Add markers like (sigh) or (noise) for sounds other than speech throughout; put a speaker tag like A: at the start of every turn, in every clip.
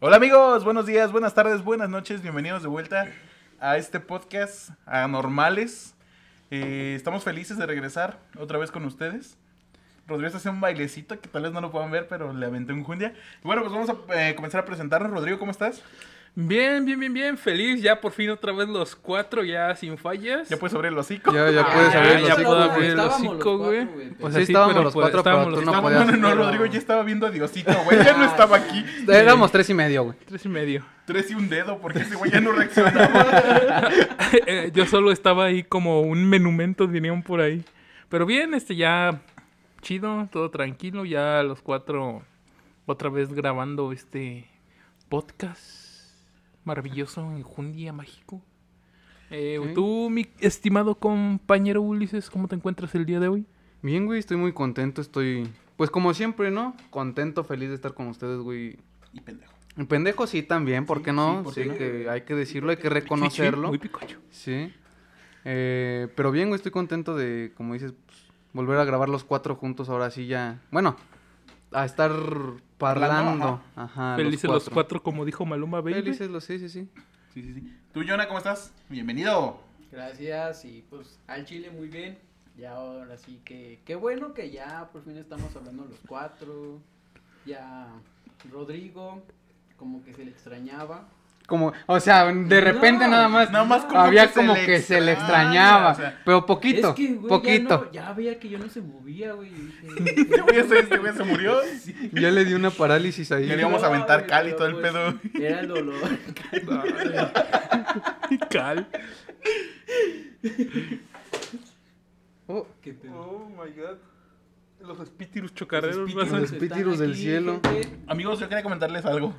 A: Hola amigos, buenos días, buenas tardes, buenas noches, bienvenidos de vuelta a este podcast Anormales. Eh, estamos felices de regresar otra vez con ustedes. Rodrigo hace un bailecito que tal vez no lo puedan ver, pero le aventé un jundia. Bueno, pues vamos a eh, comenzar a presentarnos. Rodrigo, ¿cómo estás?
B: Bien, bien, bien, bien, feliz. Ya por fin otra vez los cuatro, ya sin fallas.
A: Ya puedes abrir el hocico.
C: Ya, ya
B: Ah,
C: puedes abrir los
B: ya
C: hocico,
B: puedo
C: güey.
B: abrir el
D: Estábamos los
B: hocico, güey.
D: cuatro, güey.
C: O sea, sí estábamos
B: pero
C: los
B: pues,
C: cuatro, pero
B: estábamos
C: tú
B: los
C: no
A: No,
B: cuatro.
C: podías.
A: no, no,
D: pero-
A: Rodrigo ya estaba viendo a Diosito, güey. Ya no estaba aquí.
C: Éramos tres y medio, güey.
B: Tres y medio. (laughs)
A: Tres y un dedo, porque ese güey ya no
C: (laughs)
A: reaccionaba.
B: Eh, Yo solo estaba ahí como un menumento, dirían por ahí. Pero bien, este ya chido, todo tranquilo. Ya los cuatro otra vez grabando este podcast maravilloso Enjundia Mágico. Eh,
C: Ok.
B: Tú, mi estimado compañero Ulises, ¿cómo te encuentras el día de hoy?
C: Bien, güey, estoy muy contento, estoy... Pues como siempre, ¿no? Contento, feliz de estar con ustedes, güey.
A: Y pendejo.
C: Y Pendejo sí también, ¿por qué no?
A: sí, ¿por
C: Sí,
A: qué no?
C: que hay que decirlo, hay que
B: Sí, sí,
C: reconocerlo.
B: Muy picocho.
C: Sí. Eh, pero bien, güey, estoy contento de, como dices, pues, volver a grabar los cuatro juntos ahora sí ya. Bueno, a estar parlando. Ajá.
B: Felices los cuatro, como dijo Maluma Baby.
C: Felices los, sí, sí, sí.
A: Sí, sí, sí. Tú, Jonah, ¿cómo estás? Bienvenido.
D: Gracias y pues al Chile muy bien. Ya ahora sí que qué bueno que ya por fin estamos hablando los cuatro. Ya Rodrigo como que se le extrañaba.
C: Como, o sea, de repente
D: No,
C: nada más.
A: Nada más como
C: había
A: que se
C: como
A: le
C: que se le
A: extraña,
C: extrañaba.
A: o sea.
C: pero poquito,
D: es que güey, Ya,
C: poquito.
D: no- ya veía que yo no se movía, güey. y
A: (laughs) Este
D: dije,
A: güey, se- este güey se (laughs) murió.
C: Ya, le di una parálisis ahí.
A: Ya le íbamos a aventar
D: güey,
A: cal y
D: pero,
A: todo el
D: pues, Era el dolor.
B: (laughs) Y Cal.
C: Oh,
D: que te...
A: Oh my god.
B: Los espíritus chocarreros.
A: espíritus.
B: vas a-
C: Los espíritus del cielo.
D: gente.
A: Amigos, yo quería comentarles algo.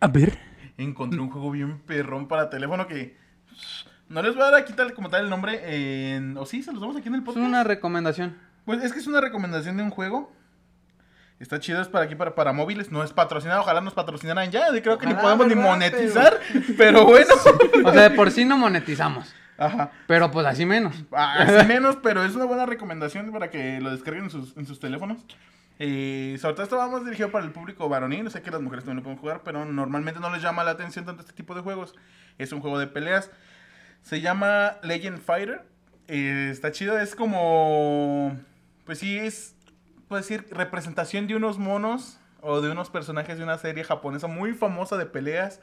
B: A ver.
A: Encontré un juego bien perrón para teléfono que. pues, No les voy a dar aquí tal como tal el nombre. en- O sí, se los damos aquí en el
C: es
A: podcast.
C: una recomendación.
A: Pues es que es una recomendación de un juego. Está chido, es para aquí, para, para móviles. No es patrocinado, ojalá nos patrocinaran ya. Creo que ni
C: Ojalá,
A: podemos ni
C: ¿verdad?
A: monetizar, pero, (laughs) bueno.
C: O sea, de por sí no monetizamos.
A: Ajá.
C: Pero pues así menos.
A: Ah, Así menos, pero es una buena recomendación para que lo descarguen en sus, en sus teléfonos. Eh, sobre todo esto va más dirigido para el público varonil. Sé que las mujeres también lo pueden jugar, pero normalmente no les llama la atención tanto este tipo de juegos. Es un juego de peleas. Se llama Legend Fighter. Eh, está chido, es como. Pues sí, es. Puedo decir, representación de unos monos o de unos personajes de una serie japonesa muy famosa de peleas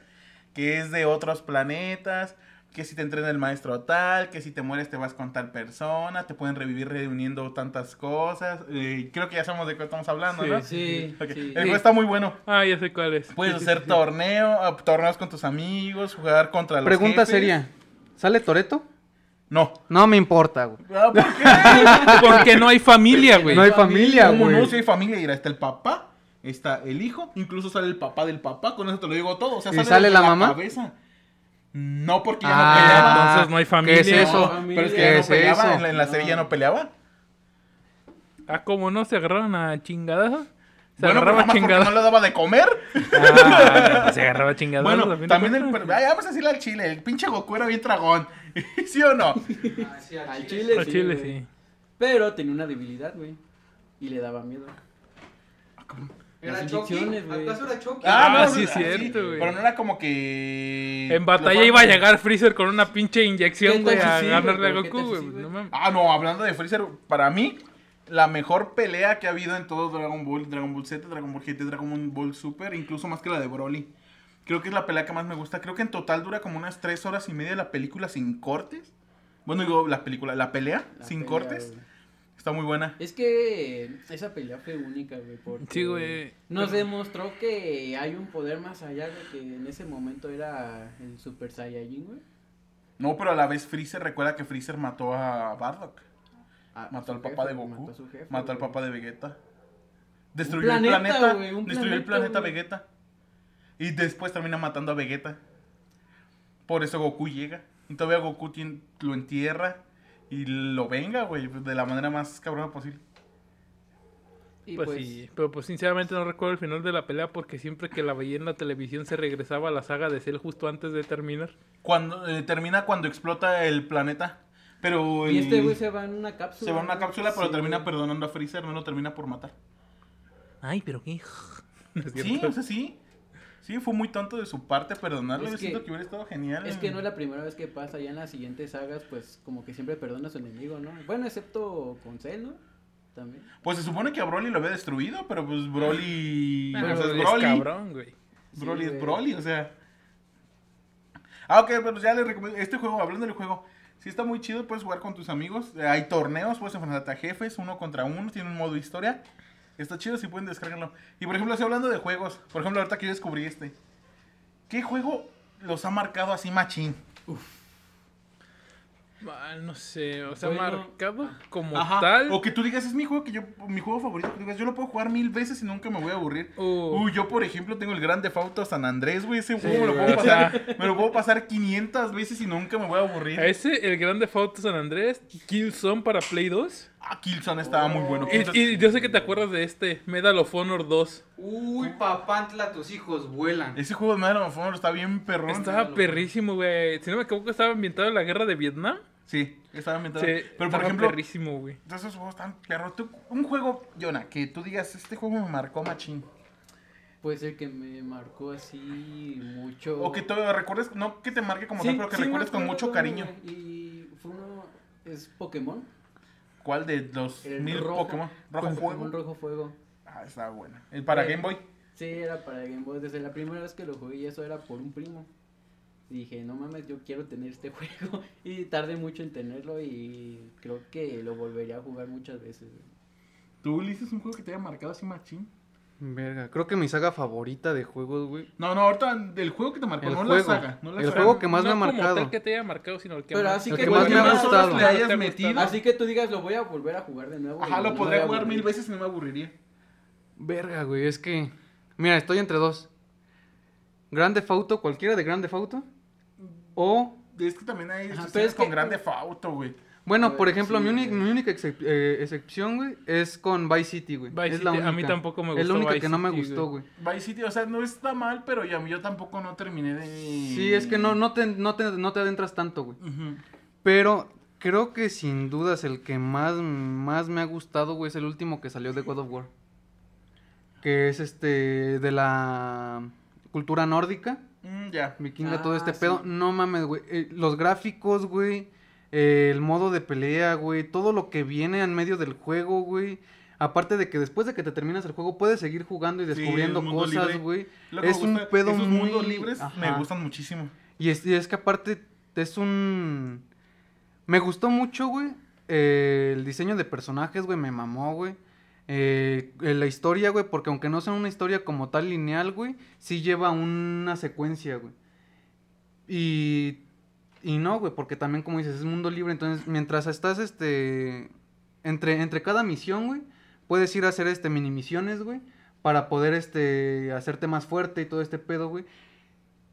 A: que es de otros planetas, que si te entrena el maestro tal, que si te mueres te vas con tal persona, te pueden revivir reuniendo tantas cosas. eh, creo que ya sabemos de qué estamos hablando,
B: Sí,
A: ¿no?
D: Sí,
A: Ok,
D: sí.
A: El juego está muy (laughs) bueno.
B: Ah, ya sé cuál es.
A: Puedes
B: Sí, sí,
A: hacer
B: sí.
A: torneo, ah, torneos con tus amigos, jugar contra los
C: Pregunta
A: jefes.
C: seria. ¿Sale Toreto?
A: No.
C: No me importa, güey.
A: Ah, ¿por qué?
B: (laughs) Porque no hay familia, güey.
C: No (laughs) hay familia,
A: ¿Cómo no?
C: güey.
A: Si hay familia, mira, está el papá, está el hijo, incluso sale el papá del papá, con eso te lo digo todo. O sea,
C: ¿Y sale
A: desde
C: la mamá?
A: cabeza. No, porque ya
C: Ah,
A: no peleaban.
B: entonces no hay familia.
C: ¿Qué es eso?
D: No,
A: Pero es que
C: ¿Qué
A: ya no
C: es
A: peleaba,
C: eso?
A: en la, en la serie ya no peleaba.
B: Ah, como no se agarraron a chingadas. Se
A: bueno, pero nada
B: agarraba
A: más porque
B: chingadas.
A: no le daba de comer.
B: Ah, pues se agarraba chingadas.
A: bueno, también el... per- Ay, vamos a decirle al chile, el pinche Goku era bien dragón. (laughs) ¿Sí o no?
D: Al chile, sí,
B: Chile,
D: güey.
B: sí.
D: Pero tenía una debilidad, güey. Y le daba miedo.
A: Ah,
D: Las inyecciones, güey.
B: Ah,
A: no,
B: sí,
A: pues,
B: es cierto, güey.
A: Pero no era como que...
B: En batalla iba a llegar Freezer con una pinche inyección,
D: ¿Qué
B: güey,
D: tal
B: a
D: si sí,
B: ganarle a
D: güey? ¿Qué
B: Goku,
D: tal
B: güey.
D: si sí, güey?
B: No mames.
A: Ah, no, hablando de Freezer, para mí, la mejor pelea que ha habido en todo Dragon Ball, Dragon Ball Z, Dragon Ball GT, Dragon Ball Super, incluso más que la de Broly. Creo que es la pelea que más me gusta. Creo que en total dura como unas tres horas y media la película sin cortes. Bueno, digo, la película, la pelea
D: La
A: sin
D: pelea,
A: cortes.
D: güey.
A: Está muy buena.
D: Es que esa pelea fue única, güey. porque
B: Sí, güey.
D: Nos demostró que hay un poder más allá, güey, que en ese momento era el Super Saiyajin, güey.
A: No, pero a la vez Freezer, recuerda que Freezer mató a Bardock.
D: A- a
A: Mató
D: Ah, su
A: al papá
D: jefe,
A: de
D: güey,
A: Goku.
D: Mató a su jefe.
A: Mató al
D: güey.
A: papá de Vegeta. Destruyó el
D: planeta,
A: planeta.
D: güey, un
A: destruyó el
D: planeta,
A: planeta
D: güey.
A: Vegeta. Y después termina matando a Vegeta. Por eso Goku llega. Y todavía Goku tien- lo entierra. Y lo venga, güey, de la manera más cabrona posible.
D: Y
B: Pues,
D: pues,
B: sí, pero pues sinceramente no recuerdo el final de la pelea porque siempre que la veía en la televisión se regresaba a la saga de Cell justo antes de terminar.
A: Cuando, eh, termina cuando explota el planeta. Pero
D: Y
A: el-
D: este güey se va en una cápsula.
A: se va en una
D: ¿no?
A: cápsula, pero
D: Sí,
A: termina
D: güey.
A: perdonando a Freezer, no lo termina por matar.
B: Ay, pero qué.
A: (laughs)
B: No es
A: Sí,
B: cierto.
A: o sea, sí. Sí, fue muy tonto de su parte perdonarlo.
D: Es
A: Yo
D: que-
A: siento que hubiera estado genial.
D: Es
A: en-
D: que no es la primera vez que pasa, ya en las siguientes sagas, pues como que siempre perdona a su enemigo, ¿no? Bueno, excepto con Cell, ¿no? También.
A: Pues se supone que a Broly lo había destruido, pero pues Broly.
B: Bueno,
A: pues,
B: pero
A: es
B: es
A: Broly.
B: cabrón, güey.
D: Sí,
A: Broly es
D: güey.
A: Broly, o sea. Ah, ok, pero ya les recomiendo. Este juego, hablando del juego, sí está muy chido, puedes jugar con tus amigos. eh, Hay torneos, puedes enfrentarte a jefes, uno contra uno, tiene un modo historia. Está chido si pueden descargarlo. Y por ejemplo, así hablando de juegos, por ejemplo, ahorita que yo descubrí este. ¿Qué juego los ha marcado así machín?
B: Ah, no sé, o sea,
D: Bueno.
B: marcado como
A: Ajá,
B: tal.
A: O que tú digas, es mi juego que yo, mi juego favorito, que tú digas, yo lo puedo jugar mil veces y nunca me voy a aburrir.
B: o-
A: Uy, yo por ejemplo tengo el Gran Auto San Andrés, güey, ese
B: Sí,
A: juego me lo,
B: güey,
A: puedo
B: o sea.
A: pasar, (laughs) me lo puedo pasar 500 veces y nunca me voy a aburrir.
B: a ese, el Grande Auto San Andrés, Killzone para Play 2.
A: Ah, Killzone estaba muy bueno.
B: Y, y yo sé que te acuerdas de este, Medal of Honor 2.
C: Uy, papantla, tus hijos vuelan.
A: Ese juego de Medal of Honor está bien perrón.
B: Estaba perrísimo, güey. Si no me equivoco, estaba ambientado en la guerra de Vietnam.
A: Sí, estaba ambientado.
B: Sí,
A: Pero por
B: estaba
A: ejemplo,
B: perrísimo, güey.
A: de esos juegos tan perros. tú- Un juego, Jonah, que tú digas, este juego me marcó machín.
D: Pues el que me marcó así mucho.
A: O que te recuerdes, no que te marque como tal, pero que
D: me
A: recuerdes con
D: acuerdo,
A: mucho cariño.
D: güey, Y fue uno. Es Pokémon.
A: ¿Cuál de los
D: El
A: mil
D: rojo.
A: Pokémon? Rojo
D: Pokémon
A: Fuego.
D: Rojo Fuego.
A: Ah, estaba bueno. ¿El para
D: Eh,
A: Game Boy?
D: Sí, era para Game Boy. Desde la primera vez que lo jugué, y eso era por un primo. Y dije, no mames, yo quiero tener este (laughs) juego. Y tardé mucho en tenerlo. Y creo que lo volvería a jugar muchas veces. güey.
A: ¿Tú, Ulises, un juego que te haya marcado así machín?
C: Verga, creo que mi saga favorita de juegos, güey.
A: No, no, ahorita el juego que te marcó,
C: El
A: Ah, pues no la
C: juego.
A: saga. No la
C: El
A: saga.
C: juego que más
B: no
C: me ha
B: como
C: marcado.
B: tal que te haya marcado, sino el que
D: Pero
B: más.
D: así
C: Lo
D: que,
C: que
D: tú
C: más me ha
D: digas-
A: gustado.
B: horas
A: Le hayas
B: te ha
A: metido.
B: gustado.
D: Así que tú digas, lo voy a volver a jugar de nuevo.
A: Ajá, lo
D: y no me voy
A: podría
D: a
A: jugar
D: aburrir.
A: mil veces y no me aburriría.
C: Verga, güey, es que. Mira, estoy entre dos: Grande Fauto, cualquiera de Grande Fauto. O.
A: Es que también hay
D: Ajá, pero
A: series
D: es que-
A: con grande fauto, güey.
C: Bueno,
D: Güey,
C: por ejemplo,
D: sí,
C: mi, uni-
D: güey.
C: mi única excep- eh, excepción, güey, es con Vice City, güey.
B: Vice
C: es la
B: City,
C: única.
B: a mí tampoco me
C: Es la
B: gustó
C: única
B: Vice
C: que no me
B: City,
C: gustó,
B: güey.
C: güey.
A: Vice City, o sea, no está mal, pero ya- yo tampoco no terminé de...
C: Sí, es que no, no, te, no, te, no te adentras tanto, güey.
A: Ujú.
C: Pero creo que sin dudas el que más, más me ha gustado, güey, es el último que salió de God of War. Que es este de la cultura nórdica,
A: Mm, ya.
C: vikinga,
D: Ah,
C: todo este
D: sí.
C: pedo. No mames, güey. eh, los gráficos, güey. eh, el modo de pelea, güey. Todo lo que viene en medio del juego, güey. Aparte de que después de que te terminas el juego puedes seguir jugando y
A: Sí, el
C: descubriendo
A: mundo libre.
C: cosas, güey.
A: Lo que
C: Es
A: me
C: un
A: gusta-
C: pedo
A: esos
C: muy...
A: mundos libres me
C: Ajá.
A: gustan muchísimo.
C: Y es, y es que aparte es un... Me gustó mucho, güey. eh, el diseño de personajes, güey, me mamó, güey. Eh, eh, la historia, güey, porque aunque no sea una historia como tal lineal, güey, sí lleva una secuencia, güey. Y... Y no, güey, porque también, como dices, es mundo libre. Entonces, mientras estás, este... Entre, entre cada misión, güey, puedes ir a hacer, este, mini misiones, güey. Para poder, este, hacerte más fuerte y todo este pedo, güey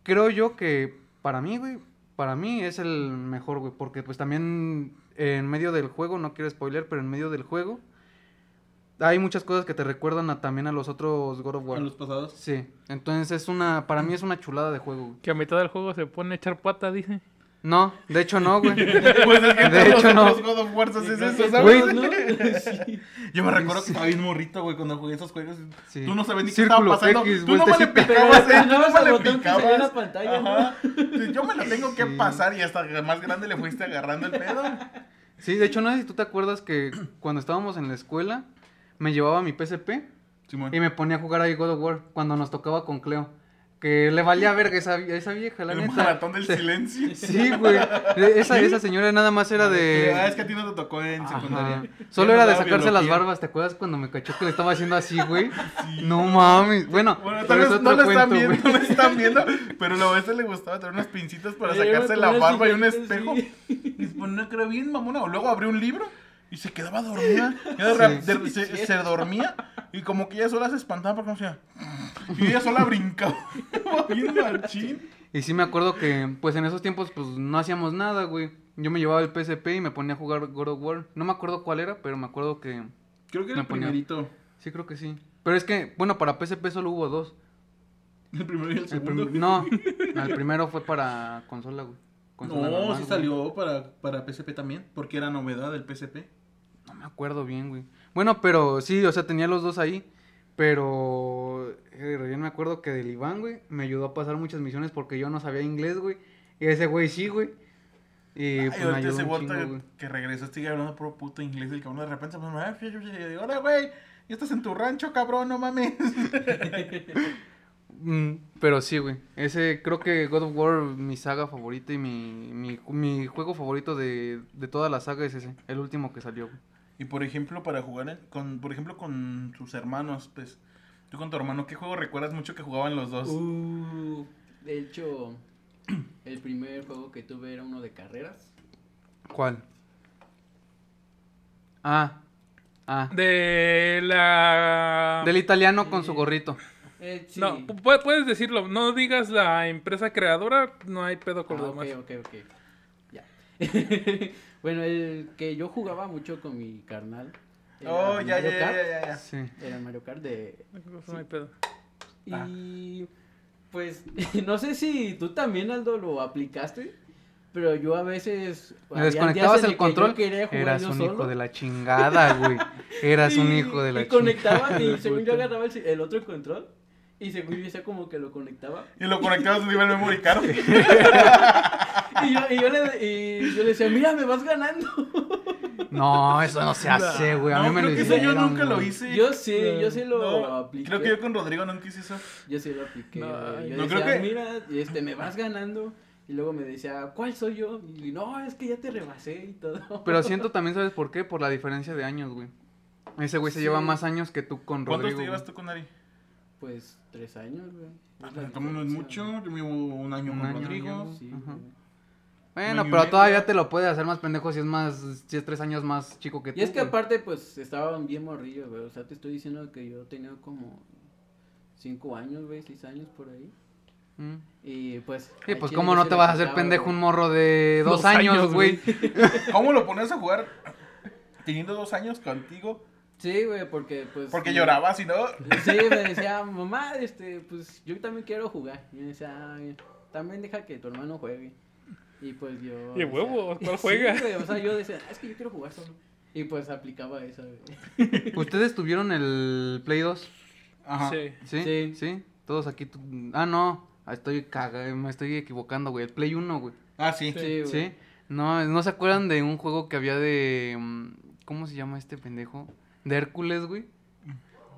C: creo yo que para mí, güey, para mí es el mejor, güey, porque pues también en medio del juego, no quiero spoiler, pero en medio del juego hay muchas cosas que te recuerdan a- también a los otros God of War.
A: Con los pasados.
C: Sí, entonces es una, para mí es una chulada de juego, güey.
B: Que a mitad del juego se pone a echar pata, dice.
C: No, de hecho no, güey.
A: (laughs) Pues es que
C: De
A: todos (laughs)
C: hecho,
A: los
C: no.
A: otros God of War es eso,
C: Güey,
A: ¿sabes?
D: ¿no? (laughs) Sí.
A: Yo me recuerdo que estaba bien morrito, güey, cuando jugué esos juegos.
C: Sí.
A: Tú no sabías ni qué
C: Círculo,
A: estaba pasando.
C: X,
A: tú no le
C: vueltecita. (laughs)
A: picabas,
D: Pero
A: eh, tú
D: no
A: no
D: vas al
A: le
D: botón que se ve en
A: picabas.
D: la pantalla, ¿no?
A: Ajá. Yo
C: (laughs)
A: me lo tengo que
C: Sí.
A: pasar y hasta más grande le fuiste agarrando el pedo.
C: Sí, de hecho no sé si tú te acuerdas que cuando estábamos en la escuela me llevaba mi PSP
A: Simón.
C: y me ponía a jugar ahí God of War cuando nos tocaba con Cleo. Que le valía verga esa, vie- esa vieja, la
A: El
C: neta.
A: maratón del
C: Se-
A: silencio.
C: Sí, güey. De- Esa, esa señora nada más era
A: Ah, es
C: de.
A: que a ti no te tocó en
C: Ajá.
A: secundaria.
C: Solo
A: Yo
C: era de
A: andaba
C: sacarse las
A: biología.
C: barbas, ¿te acuerdas cuando me cachó que le estaba haciendo así, güey? No mames. Bueno,
A: Bueno, tal
C: pero es
A: vez no
C: otro
A: lo están
C: cuento, güey.
A: viendo, no lo están viendo, pero luego a este le gustaba tener unas pincitas para
D: Era
A: sacarse
D: con
A: la
D: unas
A: barba y un
D: tijeras,
A: espejo.
D: sí.
A: Y se ponía que era bien mamona. O luego abrió un libro y se quedaba dormida. Y de rap-
C: Sí.
A: de- se, se dormía y como que ella sola se espantaba porque no hacía. Y ella sola brincaba. (laughs) bien machín.
C: Y sí me acuerdo que, pues en esos tiempos, pues no hacíamos nada, güey. Yo me llevaba el PSP y me ponía a jugar God of War. No me acuerdo cuál era, pero me acuerdo que.
A: Creo que
C: Me ponía-
A: primerito.
C: Sí, creo que sí. Pero es que, bueno, para PSP solo hubo dos.
A: El primero y el
C: El
A: segundo.
C: prim- no, no, el primero fue para consola, güey. Consola
A: No,
C: normal,
A: sí
C: güey.
A: salió para, para PSP también, porque era novedad el PSP.
C: No me acuerdo bien, güey. Bueno, pero sí, o sea, tenía los dos ahí. Pero eh, bien me acuerdo que del Iván, güey, me ayudó a pasar muchas misiones porque yo no sabía inglés, güey. Y ese güey sí, güey. Y
A: Ay,
C: pues, me
A: ahorita
C: ayudó
A: se
C: un
A: vuelta
C: chingo, güey.
A: que regresó, sigue hablando puro puto inglés. El cabrón de repente me dice, "Ah, fíjate, fíjate", y digo, hola, güey, ya estás en tu rancho, cabrón, no mames. (laughs)
C: Mm, pero sí, güey. Ese creo que God of War, mi saga favorita y mi, mi, mi juego favorito de, de toda la saga es ese. El último que salió, güey.
A: Y por ejemplo, para jugar en- con, por ejemplo, con sus hermanos, pues, tú con tu hermano, ¿qué juego recuerdas mucho que jugaban los dos?
D: Uh, de hecho, (clears throat) el primer juego que tuve era uno de carreras.
C: ¿Cuál? Ah, ah.
B: De
A: Ah.
B: la...
C: Del italiano con su gorrito.
D: Eh, sí.
B: No, pu- pu- puedes decirlo. No digas la empresa creadora, no hay pedo con
D: Ah,
B: lo
D: ok,
B: demás.
D: ok, ok. Ya. (laughs) bueno, el que yo jugaba mucho con mi carnal. era
A: oh, ya,
D: Mario
A: ya, ya,
D: Kart,
A: ya, ya, ya.
C: Sí.
D: Era Mario Kart de...
B: No hay pedo.
A: Ah.
D: Y pues (laughs) no sé si tú también, Aldo, lo aplicaste, pero yo a veces...
C: Le
D: había días
C: desconectabas
D: en
C: el
D: que
C: control.
D: Yo quería jugar
C: Eras
D: yo
C: un
D: solo.
C: hijo de la chingada, güey. Eras un
D: Y-
C: hijo de la
D: Y conectaba
C: (laughs) chingada.
D: y según yo
C: puta.
D: agarraba el, el otro control y según yo hacía como que lo conectaba.
A: Y lo conectabas a nivel memory card. (laughs)
D: Y yo, y yo, le, y yo le decía, mira, me vas ganando.
C: No, eso no se hace, güey. A mí
A: no,
C: me lo
A: creo que eso yo
C: hicieron,
A: nunca lo
C: güey.
A: hice.
D: Yo sí, yo sí lo
A: No,
D: apliqué.
A: creo que yo con Rodrigo nunca hice eso.
D: Yo sí lo apliqué.
B: No,
D: güey. yo
A: no
D: decía,
A: creo que-
D: mira, este, me vas ganando. Y luego me decía, ¿cuál soy yo? Y no, es que ya te rebasé y todo. (laughs)
C: Pero siento también, ¿sabes por qué? Por la diferencia de años, güey. Ese güey se
D: Sí.
C: lleva más años que tú con
A: ¿Cuántos
C: Rodrigo.
A: te
C: güey.
A: llevas tú con Ari?
D: Pues tres años, güey.
A: Ah, pero no
D: la
A: es
D: diferencia,
A: mucho,
D: güey.
A: yo me llevo un año
C: Un
A: con
C: año,
A: Rodrigo.
C: yo-
D: Sí,
C: Ajá.
D: güey.
C: Bueno,
A: Año y
C: pero
A: medio.
C: todavía te lo puedes hacer más pendejo si es más, si es tres años más chico que tú.
D: Y es que
C: güey.
D: aparte, pues, estaban bien morrillos, güey. O sea, te estoy diciendo que yo tenía como cinco años, güey, seis años por ahí.
C: Mm.
D: Y pues...
C: Sí,
D: al
C: pues
D: chile
C: cómo
D: yo
C: no
D: sí
C: te
D: le
C: vas a hacer
D: aplicaba,
C: pendejo
D: güey.
C: un morro de
D: (laughs)
C: dos,
B: Dos
C: años,
B: años,
C: güey.
A: ¿Cómo lo pones a jugar teniendo dos años contigo?
D: Sí, güey, porque pues...
A: Porque
D: sí.
A: llorabas y no.
D: Sí, me decía, mamá, este, pues yo también quiero jugar. Y me decía, "Ay, también deja que tu hermano juegue. Y pues yo.
B: Y
D: decía,
B: huevo, ¿cuál
D: (laughs) "Sí,
B: juega?"
D: güey, o sea, yo decía, "Ah, es que yo quiero jugar solo. Y pues aplicaba eso. güey.
C: ¿Ustedes tuvieron el Play 2?
A: Ajá.
B: Sí.
C: ¿Sí? Sí.
D: Sí.
C: Todos aquí. tu- Ah, no. Ah, Estoy caga... me estoy equivocando, güey. El Play 1, güey.
A: Ah, sí.
D: Sí, güey.
C: ¿Sí? No, ¿no se acuerdan de un juego que había de. mm, ¿Cómo se llama este pendejo? De Hércules, güey.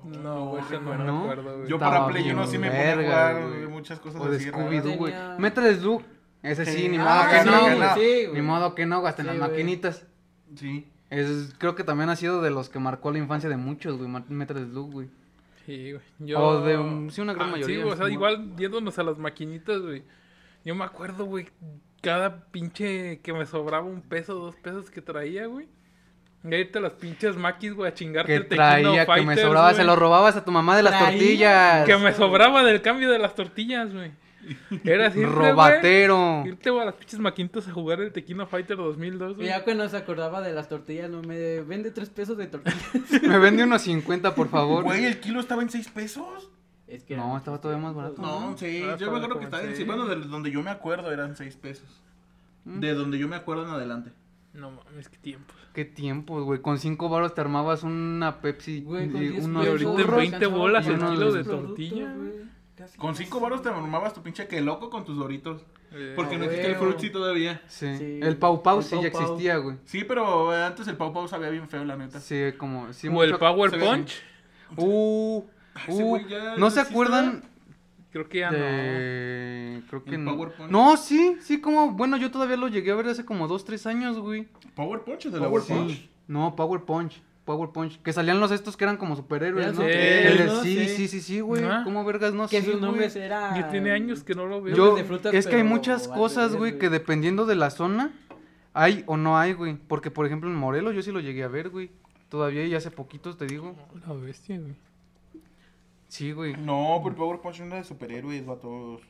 B: No, eso no,
C: ¿No?
B: me acuerdo, güey.
A: Yo
C: Estaba
A: para Play
C: bien
A: 1 sí me ponía a
C: verga,
A: jugar
C: güey.
A: muchas cosas
C: O de
A: así. raras.
C: Scooby-Doo, güey.
D: Tenía-
C: Métales Slug. Ese sí,
A: Sí.
C: ni modo
A: Ah,
C: que
A: sí,
C: no,
A: güey.
C: güey.
D: Sí, güey.
C: Ni modo que no, güey, hasta en
D: Sí,
C: las
D: güey.
C: maquinitas.
A: Sí.
C: Es, creo que también ha sido de los que marcó la infancia de muchos, güey. Ma- Metal Slug, güey.
B: Sí, güey. Yo... Ah,
C: O de un- sí, una gran mayoría,
B: Sí, güey, o sea,
C: como-
B: igual yéndonos a las maquinitas, güey. Yo me acuerdo, güey, cada pinche que me sobraba un peso, dos pesos que traía, güey. Y ahí te las pinches maquis, güey, a chingarte
C: Que
B: el Tequino
C: traía, que me
B: Fighters,
C: sobraba, se
B: güey.
C: lo robabas a tu mamá de las
D: Traía.
C: tortillas.
B: Que
C: (laughs)
B: me sobraba del cambio de las tortillas, güey. Era así, güey. (laughs)
C: Robatero.
B: Irte güey, a las pinches maquinitas a jugar el Tequino Fighter 2002,
D: Y
B: güey.
D: ya cuando se acordaba de las tortillas, no me vende tres pesos de tortillas.
C: Me vende unos 50, por favor.
A: Güey, el kilo estaba en 6 pesos.
D: Es que
C: No,
D: eran
C: estaba
D: tres
C: todavía más
D: pesos,
C: barato.
D: güey.
A: No, sí.
B: Ah,
A: yo me
B: estaba
A: acuerdo
B: como
A: que
B: en
A: estaba
B: seis.
A: encima de donde yo me acuerdo eran 6 pesos.
C: Mm.
A: De donde yo me acuerdo en adelante.
B: No mames, qué tiempos.
C: Qué tiempo, güey. Con 5 baros te armabas una Pepsi
D: Güey, con
C: y
D: 10
C: unos
B: güey,
D: pesos
B: ahorita en
D: alcanzaba
B: 20 bolas
D: para
C: el
D: unos
C: kilo de
D: productos,
B: tortilla,
D: güey.
A: Con 5 baros te armabas tu pinche que loco con tus doritos.
B: Eh,
A: Porque
D: Ah,
A: no existe el
D: huevo.
A: Fruitsy todavía.
C: Sí.
D: Sí.
C: El Pau Pau
D: El
C: sí
D: Pau
C: ya
D: Pau.
C: existía, güey.
A: Sí, pero antes el Pau Pau sabía bien feo, la neta.
C: Sí, como. Sí,
B: o el
C: mucho-
B: Power
A: se ve-
B: Punch.
C: Uh,
A: Ah, ese
C: uh,
A: güey ya
C: ¿No
A: no
C: se
A: existe,
C: acuerdan
B: Creo que ya no.
C: de... Creo que
A: El
C: no.
A: PowerPoint.
C: No, sí, sí, como... Bueno, yo todavía lo llegué a ver hace como dos, tres años, güey.
A: Power Punch es de la
C: Power
A: Power Punch.
C: Punch. No, Power Punch. Power Punch. Que salían los estos que eran como superhéroes,
D: Eran
C: ¿no?
B: superhéroes,
C: El-
D: ¿no?
C: Sí,
D: Sí.
C: sí, sí, sí, güey.
B: Ah.
C: ¿Cómo vergas? No
D: Que
C: sé,
D: sus
C: güey.
D: nombres eran...
B: Ya tiene años que no lo veo.
C: Yo,
D: de frutas,
C: es que hay
D: pero
C: muchas
D: al
C: cosas,
D: revés,
C: güey,
D: güey.
C: que dependiendo de la zona, hay o no hay, güey. Porque, por ejemplo, en Morelos yo sí lo llegué a ver, güey. Todavía y hace poquitos, te digo.
B: La bestia, güey.
C: Sí, güey.
A: No, pero Power Punch no era de superhéroes, vatos.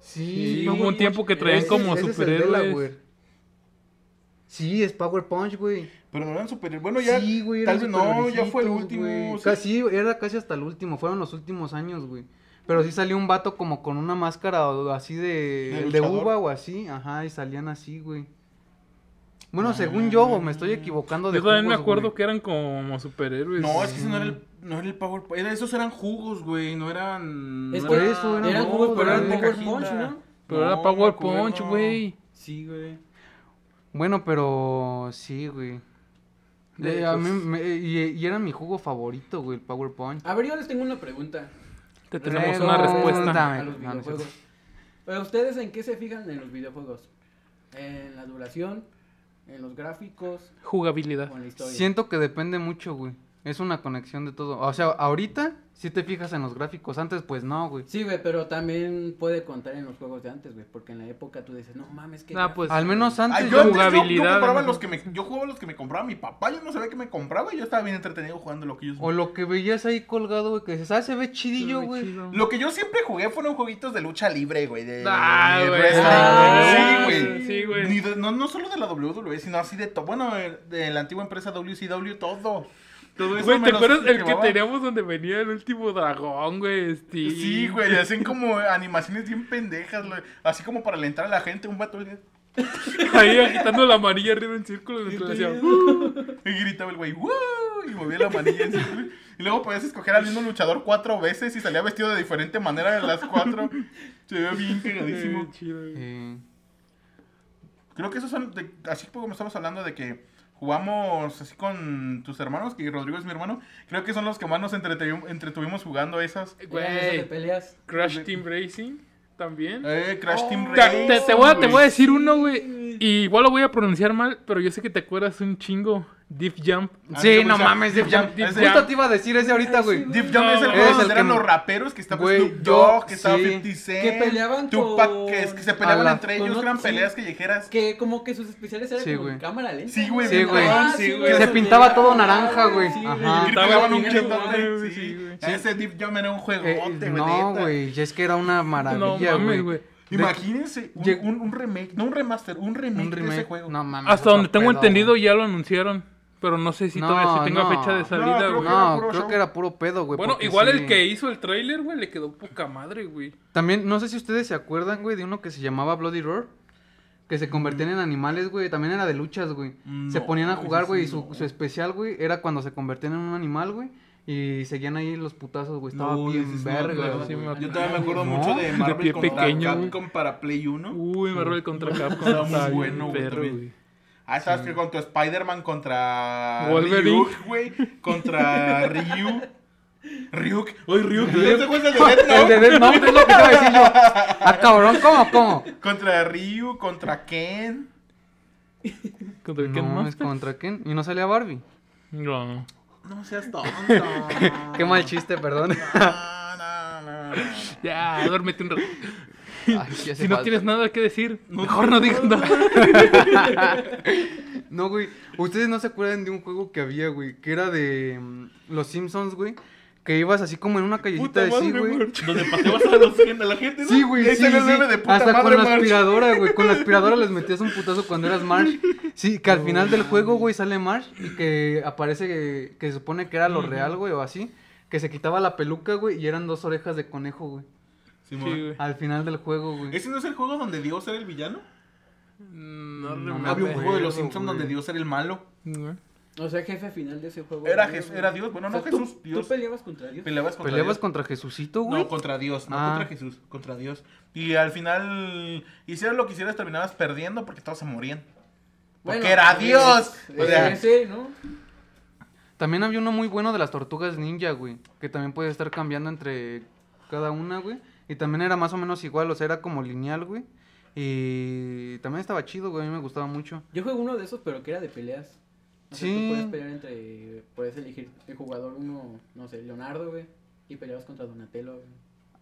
C: Sí,
B: hubo un tiempo que traían
C: Ese-
B: como
C: ese es el
B: superhéroes.
C: Delaware. Sí, es Power Punch, güey.
A: Pero no eran superiores. Bueno, ya.
C: sí, güey,
A: tal
C: eran
A: vez no, ya fue el
C: superviejitos,
A: último.
C: güey.
A: o sea,
C: Casi, era casi hasta el último, fueron los últimos años, güey. Pero sí salió un vato como con una máscara o así de,
A: De
C: de
A: luchador.
C: uva o así, ajá, y salían así, güey. Bueno,
A: Ah.
C: según yo, o me estoy equivocando de
B: Yo también me
C: jugos,
B: acuerdo
C: güey.
B: que eran como superhéroes.
A: No, es que ese no era el, no era el Power Punch. Era, esos eran jugos, güey. No eran.
D: Es
A: no
D: que
C: por eso, eran
D: eran
C: no,
D: jugos, pero
C: eran
D: eran
C: de
D: Power
A: cajita.
D: Punch, ¿no?
B: Pero
A: No,
B: era
A: me
B: Power
A: acuerdo.
B: Punch, güey.
D: Sí, güey.
C: Bueno, pero sí, güey.
B: De
C: Eh, a
B: esos.
C: mí me- y, y era mi jugo favorito, güey, el Power Punch.
D: A ver, yo les tengo una pregunta.
B: Te tenemos
C: Luego,
B: una
C: da-
B: respuesta.
C: Dame,
D: A los
C: no, no es
D: videojuegos. Pero, ¿Ustedes en qué se fijan en los videojuegos? ¿En la duración? ¿En los gráficos?
B: Jugabilidad.
D: ¿O en la historia?
C: Siento que depende mucho, güey. Es una conexión de todo. O sea, ahorita sí te fijas en los gráficos, antes pues no, güey.
D: Sí, güey, pero también puede contar en los juegos de antes, güey. Porque en la época tú dices, no mames, que.
B: Ah, pues.
C: Al menos
A: Ah,
C: antes
A: yo, antes, yo- yo,
B: Jugabilidad,
A: compraba
B: ¿no?
A: los que me, yo jugaba los que me compraba mi papá. Yo no sabía que me compraba. y Yo estaba bien entretenido jugando lo que ellos.
C: O lo que veías ahí colgado, güey, que dices, ah, se ve chidillo,
B: Muy
C: güey.
B: chido.
A: Lo que yo siempre jugué fueron jueguitos de lucha libre, güey. De,
B: Ah,
A: de
B: güey.
A: wrestling,
D: Ah,
A: güey.
B: sí,
A: Sí,
B: sí,
A: güey.
B: güey.
A: Ni de- no, no solo de la WWE, sino así de todo. Bueno, de, de la antigua empresa WCW, todo. Todo eso
B: Güey,
A: me
B: ¿te
A: los
B: acuerdas el que
A: llevaba.
B: teníamos donde venía el último dragón, güey? Este, Steve?
A: Sí, güey, hacen como animaciones bien pendejas, güey. Así como para alentar a la gente, un vato y
B: Ahí agitando la amarilla arriba en círculo.
D: Sí,
B: mientras
D: güey.
B: hacía, "Uh".
A: gritaba el güey, ¡Woo! Y movía la manilla en círculo. Y luego podías escoger al mismo luchador cuatro veces y salía vestido de diferente manera de las cuatro. Se veía bien cagadísimo.
B: Eh, chido, güey.
C: Eh,
A: Creo que esos son, de- así como estamos hablando de que jugamos así con tus hermanos, que Rodrigo es mi hermano, creo que son los que más nos entretenim- entretuvimos jugando esas.
D: Era eso de
B: Güey,
D: peleas.
B: Crash Team Racing también.
A: Eh, Crash Team
D: Oh.
B: Te,
A: Racing.
B: te- te voy a, te
A: güey.
B: voy a decir uno, güey. y igual lo voy a pronunciar mal, pero yo sé que te acuerdas un chingo. Deep Jump.
A: Ah,
C: Sí,
A: yo
C: no
A: pensaba-
C: mames, Deep Jam.
B: Deep
A: Ese-
B: Jam.
C: Justo te iba a decir ese ahorita, güey.
D: güey.
A: Deep Jump es el
B: No,
A: juego
C: es
A: donde
C: el
A: eran
C: que-
A: los raperos que estaba
C: Güey,
A: Snoop
C: yo-
A: Dog, que estaba
C: sí.
A: 50 Cent,
D: Que peleaban
A: Tupac,
D: con-
A: que, es que se
C: a
A: peleaban
C: la-
A: entre
D: con
A: ellos, que eran
D: otros,
A: peleas
D: sí.
A: callejeras.
D: Que como que sus especiales eran
C: Sí,
D: como
C: güey.
D: en cámara lenta.
A: Sí, güey,
C: Sí, güey.
D: Ah,
B: Sí, güey.
D: güey,
B: Se
D: esas
C: pintaba
D: peleas.
C: todo naranja, güey.
D: Sí,
C: Ajá.
A: Y
B: Estaba
A: pegaban un
B: bien
A: chetote,
B: bueno,
A: sí.
B: sí, güey.
A: Ese Deep Jump era un
C: Eh,
A: juegote, güey.
C: no,
A: neta.
C: güey, ya es que era una
B: No
C: maravilla,
B: mames,
C: güey.
B: güey.
A: Imagínense un,
C: Lleg-
A: un- un remake, no un remaster, un remake,
C: Un
A: de
C: remake.
A: ese juego.
C: No mames.
B: Hasta
C: otro
B: donde tengo
C: pedo,
B: entendido
C: güey.
B: ya lo anunciaron. Pero no sé si
C: No,
B: todavía se tenga
C: no.
B: fecha de
C: No,
B: salida,
A: creo
B: güey.
A: que era
C: No,
A: puro
C: creo
A: show.
C: que era puro pedo, güey.
B: Bueno,
C: porque
B: igual
C: sí.
B: el que hizo el trailer, güey, le quedó poca madre, güey.
C: También, no sé si ustedes se acuerdan, güey, de uno que se llamaba Bloody Roar. Que se convertían en animales, güey. También era de luchas, güey. se
A: Mm, No,
C: ponían a jugar,
A: ese
C: güey. Y
A: sí
C: su,
A: no.
C: su especial, güey, era cuando se convertían en un animal, güey. Y seguían ahí los putazos, güey. Estaba
A: No, ese
C: bien
A: sí me
C: verga,
A: acuerdo.
C: güey.
B: sí me acuerdo.
A: Yo todavía me acuerdo
C: No,
A: mucho de
B: de
A: Marvel
B: pie
A: contra
B: pequeño, güey.
A: Capcom para Play 1.
B: Uy, Marvel (laughs) contra Capcom.
A: Estaba muy
B: está bien
A: bueno, güey,
B: perro,
A: también.
B: güey.
A: Ah, sabes que con tu Spider-Man contra
B: Wolverine.
A: Ryuk, güey, contra Ryu. Ryuk, oye Ryuk, ¿no te acuerdas del de Death Note?
C: (laughs) El de Death Note es lo que te iba a decir yo. Ah, cabrón, ¿cómo? ¿Cómo?
A: Contra Ryu, contra Ken.
B: ¿Contra quién
C: No,
B: más?
C: es contra quién. Y no salía Barbie.
B: No.
A: No seas tonto.
C: (laughs) Qué mal chiste,
A: (laughs)
C: perdón.
A: No, no, no, no.
B: Ya, duérmete
A: (laughs)
B: un rato.
C: Ay, sí
B: Si
C: hace
B: no
C: falta.
B: tienes nada que decir, mejor no digas nada.
C: No, güey. Ustedes no se acuerdan de un juego que había, güey. Que era de mm, los Simpsons, güey. Que ibas así como en una callecita
B: Puta
C: de sí,
B: madre,
C: güey.
B: March.
A: Donde pateabas a, los, a la gente, ¿no?
C: Sí, güey,
A: Ahí
C: sí,
A: salió el
C: sí.
A: meme de puta
C: Hasta
A: madre,
C: con la
A: March.
C: aspiradora,
A: (laughs)
C: güey. Con la aspiradora les metías un putazo cuando eras Marsh. Sí, que al final del juego, güey, sale Marsh y que aparece que, que se supone que era lo real, güey, o así. Que se quitaba la peluca, güey, y eran dos orejas de conejo, güey.
A: Sí,
B: Sí,
A: mo.
B: güey.
C: Al final del juego, güey.
A: ¿Ese no es el juego donde Dios era el villano?
B: No,
C: No
B: remember.
A: Había un juego de los
C: acuerdo,
A: Simpsons
C: güey.
A: donde Dios era el malo.
B: Güey.
D: O sea, jefe final de ese juego.
A: Era,
D: güey,
A: Jes-
D: güey.
A: era Dios, bueno,
D: O sea,
A: no
D: tú-
A: Jesús, Dios.
D: Tú peleabas contra Dios.
A: Peleabas contra
C: ¿Peleabas
A: Dios.
C: contra Jesucito, güey?
A: No, contra Dios, no
C: Ah.
A: contra Jesús, contra Dios. Y al final, hicieras lo que hicieras, terminabas perdiendo porque todos se morían. Porque
D: Bueno,
A: era
D: pues,
A: Dios. O
D: eh,
A: sea,
D: ese, ¿no?
C: También había uno muy bueno de las tortugas ninja, güey. Que también puede estar cambiando entre cada una, güey. Y también era más o menos igual, o sea, era como lineal, güey. Y también estaba chido, güey. A mí me gustaba mucho.
D: Yo jugué uno de esos, pero que era de peleas. O sea,
C: Sí.
D: tú puedes pelear entre. Puedes elegir el jugador uno, no sé, Leonardo, güey. Y peleabas contra Donatello, güey.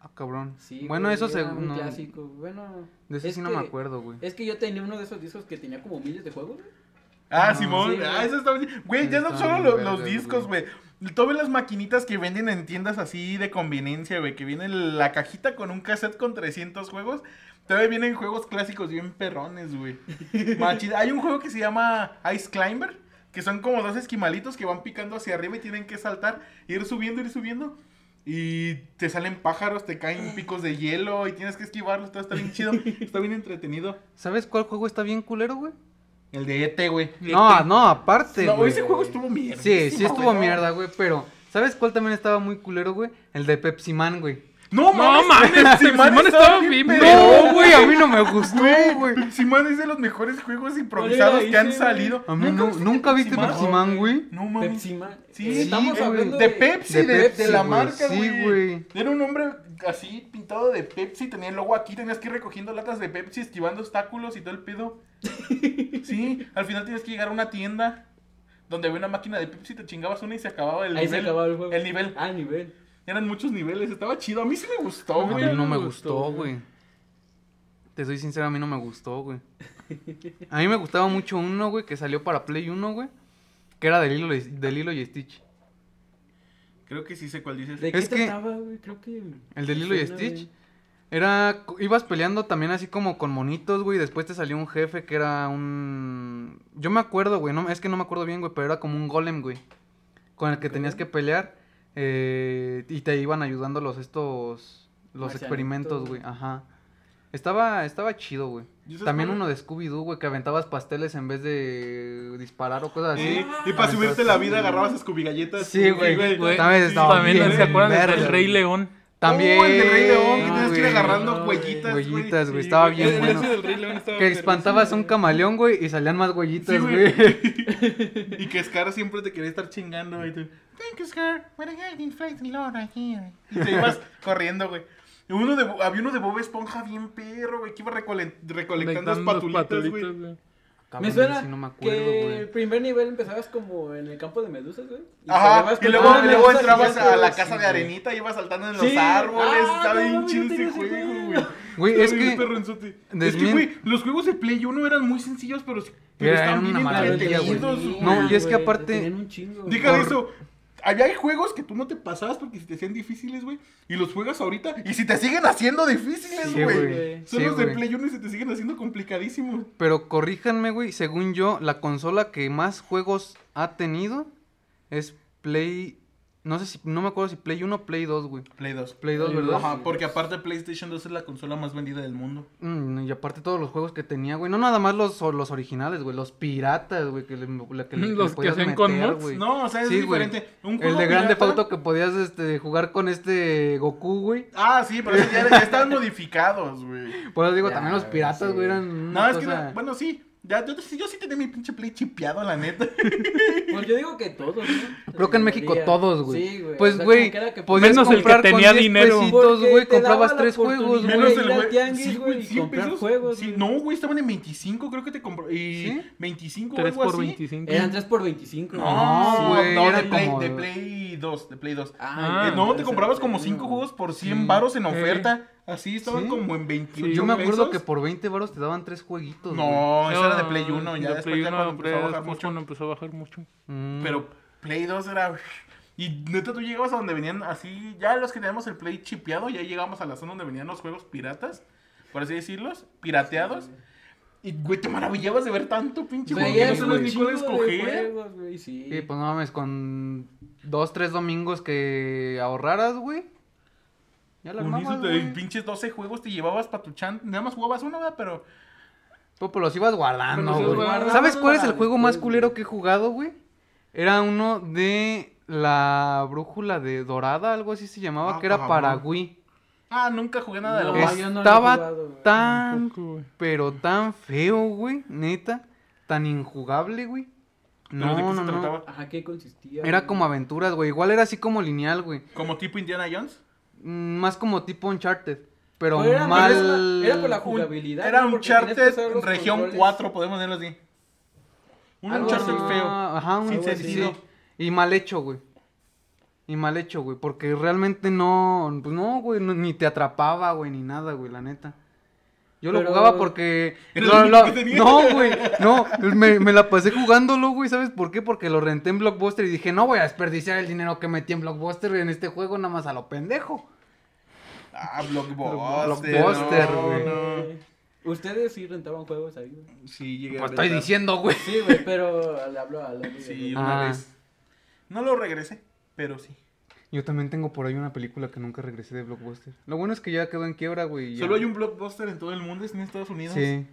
C: Ah, cabrón.
D: Sí,
C: bueno,
D: güey,
C: eso
D: era
C: se...
D: Un
C: no,
D: clásico. Bueno.
C: De eso
D: es
C: sí no
D: que-
C: me acuerdo, güey.
D: Es que yo tenía uno de esos discos que tenía como miles de juegos, güey.
A: ah,
C: No,
A: Simón,
D: sí,
A: ah,
D: güey.
A: eso estaba. Güey, ya no
C: Estaba
A: solo
C: bien
A: lo-
C: verga,
A: los discos, güey. Todo las maquinitas que venden en tiendas así de conveniencia, güey. Que viene la cajita con un cassette con 300 juegos. Todavía vienen juegos clásicos bien perrones, güey. Machida. Hay un juego que se llama Ice Climber. Que son como dos esquimalitos que van picando hacia arriba y tienen que saltar. Ir subiendo, ir subiendo. Y te salen pájaros, te caen picos de hielo y tienes que esquivarlos. Todo está bien chido. Está bien entretenido.
C: ¿Sabes cuál juego está bien culero, güey?
A: El de ET, güey.
C: No, no, aparte,
A: No,
C: güey.
A: ese juego estuvo mierda.
C: Sí, sí estuvo
A: güey.
C: mierda, güey, pero ¿sabes cuál también estaba muy culero, güey? El de Pepsi Man, güey.
A: No,
B: No mames, Simón estaba bien,
A: perro.
B: No,
C: güey, a mí no me gustó, güey.
A: Simón es de los mejores juegos improvisados que han
D: hice,
A: salido.
C: A mí no-
A: viste
C: nunca viste Pepsi
A: Man?
C: Man, güey.
A: No mames.
D: Pepsi Man.
A: Sí,
D: Eh, estamos
A: güey.
D: hablando
A: de Pepsi, de,
C: de Pepsi,
A: de la
C: güey.
A: marca,
C: Sí,
A: güey.
C: güey.
A: Era un hombre así pintado de Pepsi, tenía el logo aquí, tenías que ir recogiendo latas de Pepsi, esquivando obstáculos y todo el pedo. sí, al final tienes que llegar a una tienda donde había una máquina de Pepsi, te chingabas una y se acababa el
D: Ahí se
A: nivel.
D: acababa el juego.
A: El nivel.
D: Ah, nivel.
A: Eran muchos niveles, estaba chido. A mí sí me gustó,
C: A
A: güey.
C: mí no me
D: gustó,
C: gustó,
D: güey.
C: güey. Te soy sincero, a mí no me gustó, güey. A mí me gustaba mucho uno, güey, que salió para Play 1, güey. Que era de Lilo, y- de Lilo y Stitch.
A: Creo que sí sé cuál dices.
D: ¿De
C: Es
D: qué
C: que-
D: trataba, güey? Creo que.
C: El de Lilo y
D: suena,
C: Stitch.
D: güey.
C: Era, ibas peleando también así como con monitos, güey, y después te salió un jefe que era un... Yo me acuerdo, güey, no, es que no me acuerdo bien, güey, pero era como un golem, güey, con el que tenías que pelear eh, y te iban ayudando los estos, los
D: Marcianitos.
C: experimentos, güey, ajá. Estaba, estaba chido, güey.
A: ¿Y eso es
C: También
A: cuál?
C: uno de Scooby-Doo, güey, que aventabas pasteles en vez de disparar o cosas así.
A: Sí, y para
C: Aventabas-
A: subirte la vida agarrabas Scooby galletas.
C: Sí, güey,
B: güey.
C: También
A: Sí,
C: estaba
B: También
C: bien
B: se acuerdan del
C: verga,
B: Rey
C: güey.
B: León.
C: También.
A: Oh, el de Rey León, que
C: güey.
A: tenías que ir agarrando
D: No, güey.
A: huellitas, güey.
C: Huellitas, güey,
A: Sí,
C: estaba bien
A: El- el-
C: bueno.
A: ese del Rey León estaba
C: Que
A: perro.
C: espantabas a un camaleón, güey, y salían más huellitas,
A: Sí,
C: güey.
A: güey. (laughs) y que Scar siempre te quería estar chingando, güey. tú, Thank you, Scar. We're hiding flight Lord right here. Y te
C: (laughs)
A: ibas corriendo, güey. Y Uno de, Bo- había uno de Bob Esponja bien perro, güey, que iba recole- recolectando
B: Conectando los
A: espatulitas, güey.
B: patulitos, güey.
C: Cabrón,
D: Me suena
C: sí, no me acuerdo,
D: que
C: güey.
D: el primer nivel empezabas como en el campo de medusas, güey. y
A: Ajá,
D: peleabas
A: y
D: con
A: luego,
D: todas
A: y
D: las
A: luego
D: medusas
A: entrabas
D: gigantes,
A: a la
D: güey.
A: casa de arenita y ibas saltando en los
D: Sí.
A: árboles.
D: Ah,
A: estaba
D: no,
A: bien
D: mames, yo
A: chido ese
D: tenía ese
A: juego,
D: juego.
A: güey.
C: Güey,
A: Estaba
C: es
A: bien
C: que-
A: perronzote. Es que,
C: desmien-
A: güey, los juegos de Play 1 eran muy sencillos, pero, pero
C: Era-
A: estaban
C: eran
A: bien
C: una
D: Ah,
C: maravilla, güey.
A: entretenidos,
D: tenían,
A: güey.
C: No, y es que
D: güey,
C: aparte-
D: tenían un chingo, güey.
A: Deja de
C: Por-
A: eso. Había hay juegos que tú no te pasabas porque se te hacían difíciles, güey. Y los juegas ahorita y si te siguen haciendo difíciles,
C: Sí,
A: güey.
C: güey.
A: Son
C: Sí,
A: los de
C: güey.
A: Play 1 y se te siguen haciendo complicadísimos.
C: Pero corríjanme, güey, según yo, la consola que más juegos ha tenido es Play... No sé si... No me acuerdo si Play 1 o Play 2, güey.
A: Play 2.
C: Play 2,
D: Play
C: ¿verdad?
D: dos.
A: Ajá, porque aparte PlayStation 2 es la consola más vendida del mundo.
C: Mm, y aparte todos los juegos que tenía, güey. No nada más los, o- los originales, güey. Los piratas, güey. Que le- la
A: (laughs)
C: que le-
B: Los
C: le
B: que
C: podías
B: hacían con mods,
C: güey.
A: No, o sea, es
C: Sí, güey.
A: diferente. Un
C: El
A: juego
C: de Grande
A: pirata-
C: Auto que podías este, jugar con este Goku, güey.
A: Ah, sí, pero esos ya, ya
C: (laughs)
A: estaban modificados, güey.
C: Por eso digo,
D: Ya,
C: también los
D: güey,
C: piratas,
D: sí.
C: güey, eran... una
A: No, es que,
C: cosa-
A: no- bueno, sí. Ya, yo, yo sí tenía mi pinche Play chipeado, la neta. (laughs)
D: Pues yo digo que todos, ¿no?
C: Creo que en
D: La
C: México
D: mayoría.
C: todos, güey.
D: Sí, güey.
C: Pues,
D: o sea,
C: güey,
D: como que era que-
C: podías
B: Menos el que
C: comprar
B: tenía
C: con 10
B: dinero.
C: pesitos,
D: Porque
C: güey,
D: te daba
C: comprabas
D: la
C: tres juegos,
D: oportunidad.
C: güey.
D: ir al tianguis,
A: sí,
D: güey, y comprar
A: pesos.
D: juegos,
A: Sí,
D: güey.
A: no, güey, estaban en 25, creo que te compró. Y
C: ¿Sí?
A: 25 o
B: 3
A: algo
B: por
A: así.
B: 25.
D: Eran 3 por 25.
A: No,
C: No, güey,
A: no, de,
C: era
A: Play,
C: como-
A: de Play 2, de Play 2.
B: Ah,
A: Eh, no, te comprabas como 5 juegos por 100 varos en
B: Sí.
A: oferta. Así estaban
C: Sí.
A: como en 28
B: Sí,
C: Yo me
A: pesos.
C: acuerdo que Ah, por 20 varos te daban tres jueguitos, güey.
A: No, eso era de Play 1, ya
B: de
A: después
B: Play
A: ya
B: 1,
A: cuando empezó a
B: pero
A: bajar
C: pues,
B: después
A: mucho.
B: cuando empezó a bajar mucho.
C: Mm.
A: Pero Play 2 era... Y neta, tú llegabas a donde venían así... Ya los que teníamos el Play chipeado, ya llegábamos a la zona donde venían los juegos piratas. Por así decirlos, pirateados. Y, güey, te maravillabas de ver tanto pinche juego que no
D: Veías
C: sí,
A: sabes
D: un
A: ni cuál
D: chingo de
A: escoger.
D: juegos, güey, sí.
C: Sí, pues no mames, con dos, tres domingos que ahorraras, güey. Ya la
A: Con
C: armabas,
A: eso te-
C: güey.
A: pinches 12 juegos te llevabas para tu chan. Nada más jugabas uno, ¿verdad? Pero...
C: Pues, pues los ibas
B: Pero
C: guardando,
B: los ibas
C: güey.
B: guardando
C: ¿Sabes cuál es el
D: para
C: juego más
D: después,
C: culero
D: güey.
C: que he jugado, güey? Era uno de la brújula de dorada, algo así se llamaba,
A: Ah,
C: que era
A: cabrón.
C: para Wii.
A: Ah, nunca jugué nada de
D: No,
A: lo
D: yo
A: más.
D: Es- no lo he
C: Estaba
D: jugado, güey.
C: tan,
B: Tampoco, güey.
C: pero tan feo, güey, neta, tan injugable, güey.
A: ¿Pero
C: No,
A: de qué se
C: no, no.
A: trataba?
D: Ajá, ¿qué consistía?
C: Era
D: güey?
C: como aventuras, güey. Igual era así como lineal, güey.
A: ¿Como tipo Indiana Jones?
C: Mm, Más como tipo Uncharted. Pero
D: Pero era-
C: mal.
D: era- era por la
A: Un-
D: Jugabilidad,
A: Era
D: ¿no?
A: un
D: Porque tenías que
A: charter
D: usar los
A: región
D: controles.
A: 4, podemos decirlo así. Un
D: Algo
A: Uncharted
D: así.
A: feo.
C: Ajá, un
A: sin
C: sí,
A: sentido.
C: sí. Y mal hecho, güey. Y mal hecho, güey. Porque realmente no. Pues no, güey. no- ni te atrapaba, güey, ni nada, güey, la neta. Yo lo
D: Pero-
C: jugaba porque...
A: (laughs) ¿Era
C: lo-
A: el
C: lo-
A: único que tenía?
C: no, güey, no, me, me la pasé jugándolo, güey, ¿sabes por qué? Porque lo renté en Blockbuster y dije, no voy a desperdiciar el dinero que metí en Blockbuster en este juego nada más a lo pendejo.
A: Ah, Blockbuster.
C: Blockbuster,
A: no,
C: güey.
A: no.
D: Ustedes sí rentaban juegos ahí, güey.
A: Sí, llegué a
C: Pues estoy
A: rentar.
C: diciendo, güey.
D: Sí, güey, pero le hablo a la
A: Sí,
D: amiga,
A: una
C: Ah.
A: vez. No lo regresé, pero sí.
C: Yo también tengo por ahí una película que nunca regresé de Blockbuster. Lo bueno es que ya quedó en quiebra, güey. y ya-
A: Solo hay un blockbuster en todo el mundo, es en Estados Unidos.
C: Sí,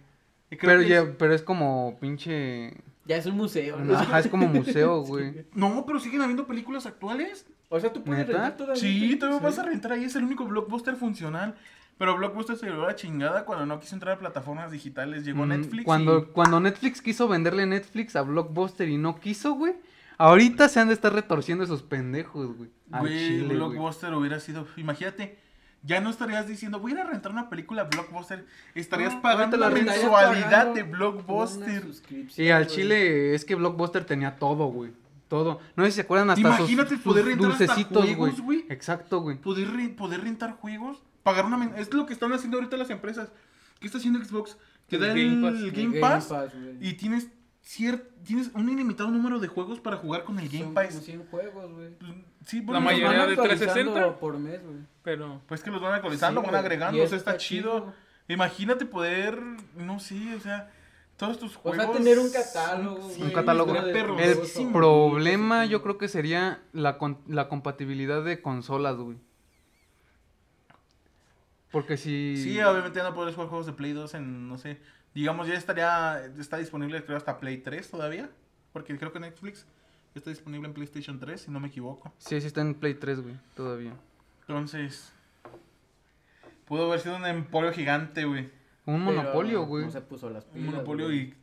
A: Y creo
C: pero,
A: que es-
C: ya, pero es como pinche...
D: Ya es un museo, ¿no?
C: Ajá, es
A: (laughs)
C: como museo, güey.
A: No, pero siguen habiendo películas actuales.
D: O sea, tú puedes
C: ¿Neta?
D: rentar todavía.
A: Sí, todavía
D: Sí.
A: vas a rentar ahí, es el único blockbuster funcional. Pero Blockbuster se llevó la chingada cuando no quiso entrar a plataformas digitales, llegó a
C: Mm,
A: Netflix.
C: Cuando, cuando Netflix quiso venderle Netflix a Blockbuster y no quiso, güey. Ahorita se han de estar retorciendo esos pendejos, güey.
A: y,
C: Al
A: güey,
C: chile, güey.
A: Blockbuster hubiera sido, imagínate, ya no estarías diciendo, voy a ir a rentar una película Blockbuster, estarías
D: No,
A: pagando
D: ahorita
A: la
D: la rentarías
A: mensualidad
D: pagando
A: de
D: Una
A: Blockbuster.
D: suscripción,
C: Y al
D: güey.
C: chile es que Blockbuster tenía todo, güey. Todo. No sé si se acuerdan hasta
A: Imagínate
C: sus,
A: poder
C: sus
A: rentar hasta
C: dulcecitos, güey.
A: juegos, güey.
C: Exacto, güey.
A: poder, re- poder rentar juegos, pagar una... men- Es lo que están haciendo ahorita las empresas. ¿Qué está haciendo Xbox? Te
B: El
A: da
B: Game
A: el
B: Pass.
A: Game,
B: El
D: El
A: Pass,
D: güey.
A: y tienes cier- tienes un ilimitado número de juegos para jugar con el Game
D: Son
A: Pass.
D: como 100 juegos, güey.
A: Pues, Sí,
B: La
A: los
B: mayoría
A: van a-
D: Van
B: de
D: actualizando
B: 360.
D: por mes, güey.
B: Pero
A: Pues que los van actualizando,
D: Sí,
A: van
D: güey,
A: agregando,
D: y
A: o sea, está chido. Imagínate poder, no sé, o sea, todos tus
D: O
A: juegos.
D: sea, tener un
A: son-
D: catálogo,
A: sí,
D: güey,
C: Un catálogo.
A: estaría
D: de
A: perro.
C: El
D: juegos favoritos,
C: problema
D: sí.
C: yo creo que sería la, con- la compatibilidad de consolas, güey. Porque si...
A: Sí, obviamente ya no podrás jugar juegos de Play 2 en, no sé, digamos ya estaría, está disponible creo hasta Play 3 todavía, porque creo que Netflix está disponible en PlayStation 3, si no me equivoco.
C: Sí, sí está en Play 3, güey, todavía.
A: Entonces, pudo haber sido un emporio gigante, güey.
C: Un
D: Pero
C: monopolio, güey.
D: No se puso las pilas.
A: Un monopolio
D: güey.
A: y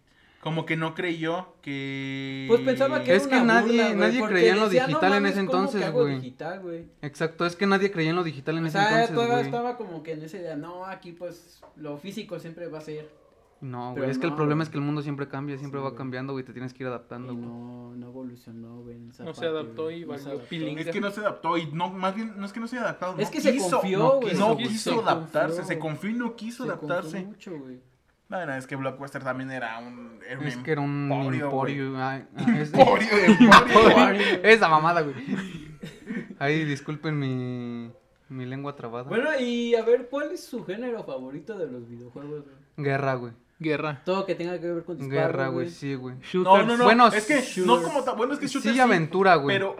A: como que no creyó que...
D: Pues pensaba que
C: Es
D: era
C: que
D: una
C: nadie-
D: burla, güey,
C: nadie
D: porque
C: creía en lo
D: decía,
C: digital
D: "No
C: en
D: mames,
C: ese
D: ¿cómo que
C: entonces,
D: hago
C: güey?"
D: digital, güey.
C: Exacto, es que nadie creía en lo digital en
D: O
C: ese
D: sea,
C: entonces,
D: todavía
C: güey.
D: estaba como que en ese día, no, aquí pues lo físico siempre va a ser.
C: No, güey,
D: Pero
C: es que el
D: no,
C: problema
D: güey.
C: es que el mundo siempre cambia, siempre
D: Sí,
C: va
D: güey.
C: cambiando, güey, te tienes que ir adaptando,
D: Y
C: güey.
D: no, no evolucionó, güey. en esa
B: No se
D: parte,
B: adaptó
D: güey,
B: y
D: no
B: valió
D: se adaptó.
B: pilinga.
A: Es que no se adaptó y no, más bien, no es que no se adaptó.
D: Es
A: no
D: que se
A: quiso,
D: confió,
A: no
D: güey,
A: quiso,
B: se
A: no
B: confió.
A: quiso adaptarse,
D: pues, Confió.
A: se confió y no quiso
D: Se confió
A: adaptarse.
D: mucho, güey.
A: No, no, es que Blockbuster también era un... era un
C: Es que era un
A: emporio, güey.
C: emporio.
D: (laughs)
C: ay, ah, es-
A: Emporio, emporio.
C: (laughs) Esa mamada, güey. Ay, disculpen mi, mi lengua trabada.
D: Bueno, y a ver, ¿cuál es su género favorito de los videojuegos, güey?
C: Guerra, güey.
B: guerra.
D: Todo que tenga que ver con disparos,
C: Guerra, güey, sí, güey.
A: No,
B: Shooters.
A: no, no.
C: Bueno,
A: es que no
C: shooters.
A: como ta- Bueno, es que shooters
C: Sí, aventura, güey.
A: Pero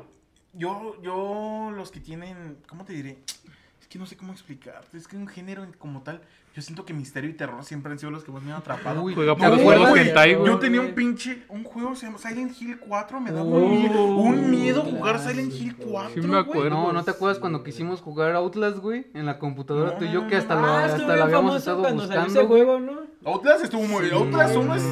A: yo, yo, los que tienen. ¿Cómo te diré? Es que no sé cómo explicarte. Es que un género en- como tal. Yo siento que misterio y terror siempre han sido los que más me han atrapado.
C: Uy,
B: Juega
C: ¿te
B: por los
C: acuerdas?
B: juegos
A: güey?
B: hentai, güey.
A: Yo tenía un pinche. Un juego se llama Silent Hill 4. Me daba
C: Oh,
A: un, miedo, un miedo jugar
D: clásico,
A: Silent Hill 4.
B: Sí me
A: güey.
B: acuerdo.
C: No, ¿no te acuerdas
D: Sí,
C: cuando
D: güey.
C: quisimos jugar Outlast, güey? En la computadora
A: No,
C: tú y
A: no,
C: yo que
A: no,
C: hasta
A: no.
C: lo,
D: Ah,
C: hasta lo
D: estuvo bien
C: habíamos
D: famoso
C: estado
D: cuando salió
C: buscando.
D: ese
C: güey.
D: juego, ¿no?
A: Outlast estuvo muy. Outlast 1 es.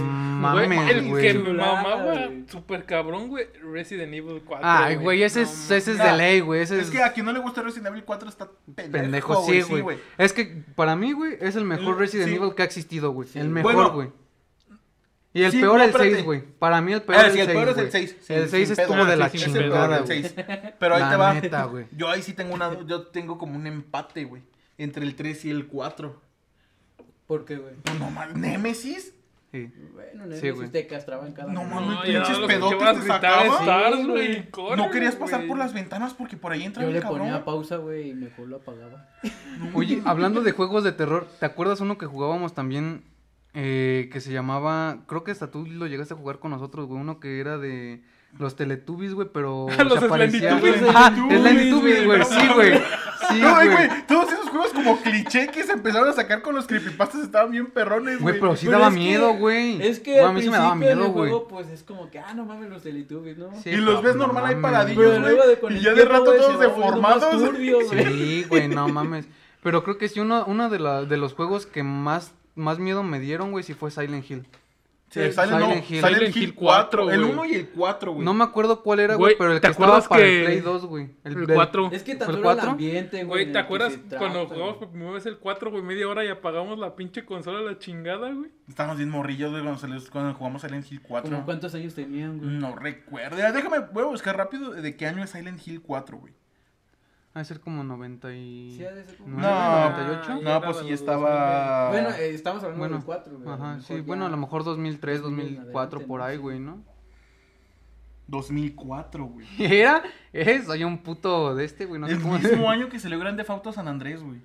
B: Güey,
C: Mames,
B: el que
C: güey.
B: me mamaba
D: Chulada, güey.
B: super cabrón, güey. Resident Evil 4.
C: Ay, güey, ese
B: No
C: es, ese es
A: Mira,
C: de ley, güey. Ese
A: Es
C: es
A: que a quien no le gusta Resident Evil 4 está pendejo.
C: pendejo, sí, güey. Es que para mí, güey, es el mejor
A: El-
C: Resident
A: sí.
C: Evil que ha existido, güey. El
A: Bueno.
C: mejor, güey. y el
A: Sí,
C: peor
A: no,
C: el 6,
A: espérate.
C: güey. Para mí el peor
A: Ah,
C: el
A: sí, Ah,
C: 6.
A: el peor es el
C: güey.
A: 6.
C: El 6 estuvo de la
B: sí, sin
C: chingada,
B: pedo,
C: güey.
A: Pero ahí
C: La
A: te va.
C: neta, güey.
A: Yo ahí sí tengo una yo tengo como un empate, güey, entre el 3 y el 4.
D: ¿Por qué, güey?
A: No mames, Némesis.
C: Sí.
D: Bueno,
C: Sí,
D: Nemesis
C: güey.
D: te castraba en cada
A: No
D: momento.
A: mames,
B: No, ya,
A: pinches
B: lo que
A: pedotes
B: vas a
A: te
B: gritar es
A: sacaban.
B: Stars,
D: Sí,
B: güey,
D: güey.
B: corre,
A: no querías pasar
B: güey.
A: por las ventanas porque por ahí entra
D: Yo
A: el
D: le
A: cabrón.
D: ponía pausa, güey, y mejor lo apagaba.
C: Oye, hablando de juegos de terror, ¿te acuerdas uno que jugábamos también eh, que se llamaba, creo que hasta tú lo llegaste a jugar con nosotros, güey, uno que era de los Teletubbies, güey, pero
B: (laughs) Los
C: se aparecía.
B: Slendytubbies.
C: Ah,
A: Slendytubbies,
C: Slendytubbies,
A: güey,
C: güey,
A: no
C: sí,
A: mames.
C: güey. Sí,
A: no, ay,
C: güey.
A: güey, todos esos juegos como cliché que se empezaron a sacar con los creepypastas estaban bien perrones, güey.
C: Güey, pero sí
D: Pero
C: daba
D: es que-
C: miedo, güey.
D: Es que
C: Güey, a
D: al
C: mí sí me daba
D: principio del
C: miedo, güey.
D: juego, pues es como que, ah, no mames, los Teletubbies, ¿no?
C: Sí,
A: y los
C: pero
A: ves
C: Este, no
A: normal ahí
C: mames.
A: paradillos,
D: Pero luego de con
A: güey.
D: el
A: Y ya de
D: tiempo,
A: rato
D: güey, se
A: todos
D: va volviendo más
A: deformados. (laughs)
D: turbio, güey.
C: Sí, güey, no mames. Pero creo que sí, uno, uno de, la- de los juegos que más, más miedo me dieron, güey, sí fue Silent Hill.
A: Sí, Silent, no,
C: Silent Hill.
A: Silent
B: Silent
A: Hill
B: Hill
A: 4,
B: 4,
A: el
B: güey.
A: 1 y el 4, güey.
C: No me acuerdo cuál era,
B: Güey,
C: güey, pero el
B: ¿te
C: que estaba
B: acuerdas
C: para
B: que
C: el Play 2, güey.
B: el
C: del-
B: 4.
D: Es que
C: ¿Fue el
D: tanto era el
C: cuatro?
D: ambiente, güey.
B: Güey,
D: en
B: ¿te
D: el que
B: acuerdas
D: se
B: cuando
D: trata,
B: jugamos
D: güey?
B: por primera vez el 4, güey, media hora y apagamos la pinche consola a la chingada, güey?
A: Estábamos bien morrillos, güey, cuando, salió- cuando jugamos Silent Hill 4.
D: ¿Cómo cuántos años tenían, güey?
A: No recuerdo. Ya, Déjame, voy a buscar rápido de qué año es Silent Hill 4, güey.
C: Ha de ser como 90 y...
D: Sí, ha de ser como-
C: ¿No?
A: No,
D: Ah,
C: 98?
A: no, pues sí estaba-
D: Bueno, eh, estamos hablando
C: Bueno,
D: de los cuatro, güey.
C: Ajá,
D: mejor
C: sí,
D: ya-
C: bueno, a lo mejor 2003,
D: 2000 en
C: 2004, por
D: adelante,
C: ahí,
D: ¿no?
C: güey, ¿no? (laughs)
A: 2004, güey.
C: Era, es, soy un puto de este, güey, no sé
A: el
C: cómo
A: mismo
C: (laughs)
A: año que salió Grande Fauto San Andrés, güey.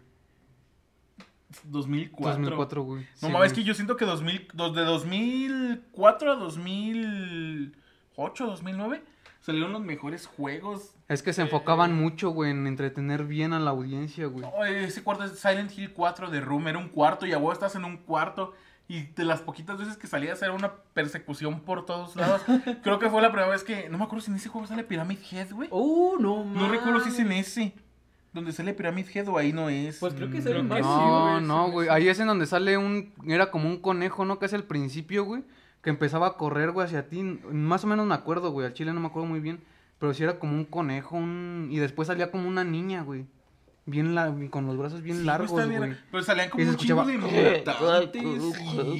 A: 2004.
C: 2004, güey.
A: No
C: sí,
A: mames, es que
C: güey.
A: yo siento que 2000, dos- de 2004 a 2008, 2009 salieron los mejores juegos.
C: Es que se enfocaban mucho, güey, en entretener bien a la audiencia, güey.
A: No, ese cuarto es Silent Hill 4 de Room, era un cuarto y a vos estás en un cuarto. Y de las poquitas veces que salías era una persecución por todos
C: (laughs)
A: lados. Creo que fue la primera vez que. No me acuerdo si en ese juego sale Pyramid Head, güey.
D: Uh, no
C: Oh,
D: mames.
A: no recuerdo si es en ese. Donde sale Pyramid Head o ahí no es.
D: Pues creo que
A: Mm,
D: es el
B: creo
D: más.
B: que sí,
C: No,
B: güey,
C: no,
B: sí,
C: güey.
B: sí.
C: Ahí es en donde sale un. Era como un conejo, ¿no? Casi al principio, güey. Que empezaba a correr, güey, hacia ti. Más o menos me acuerdo, güey. Al chile no me acuerdo muy bien. Pero sí era como un conejo. Un... Y después salía como una niña, güey. Bien la... Con los brazos bien
A: Sí,
C: largos,
A: está bien.
C: güey.
A: Pero Pues salían como
C: Y se
A: un chingo de
C: escuchaba- "Eh,
A: mutantes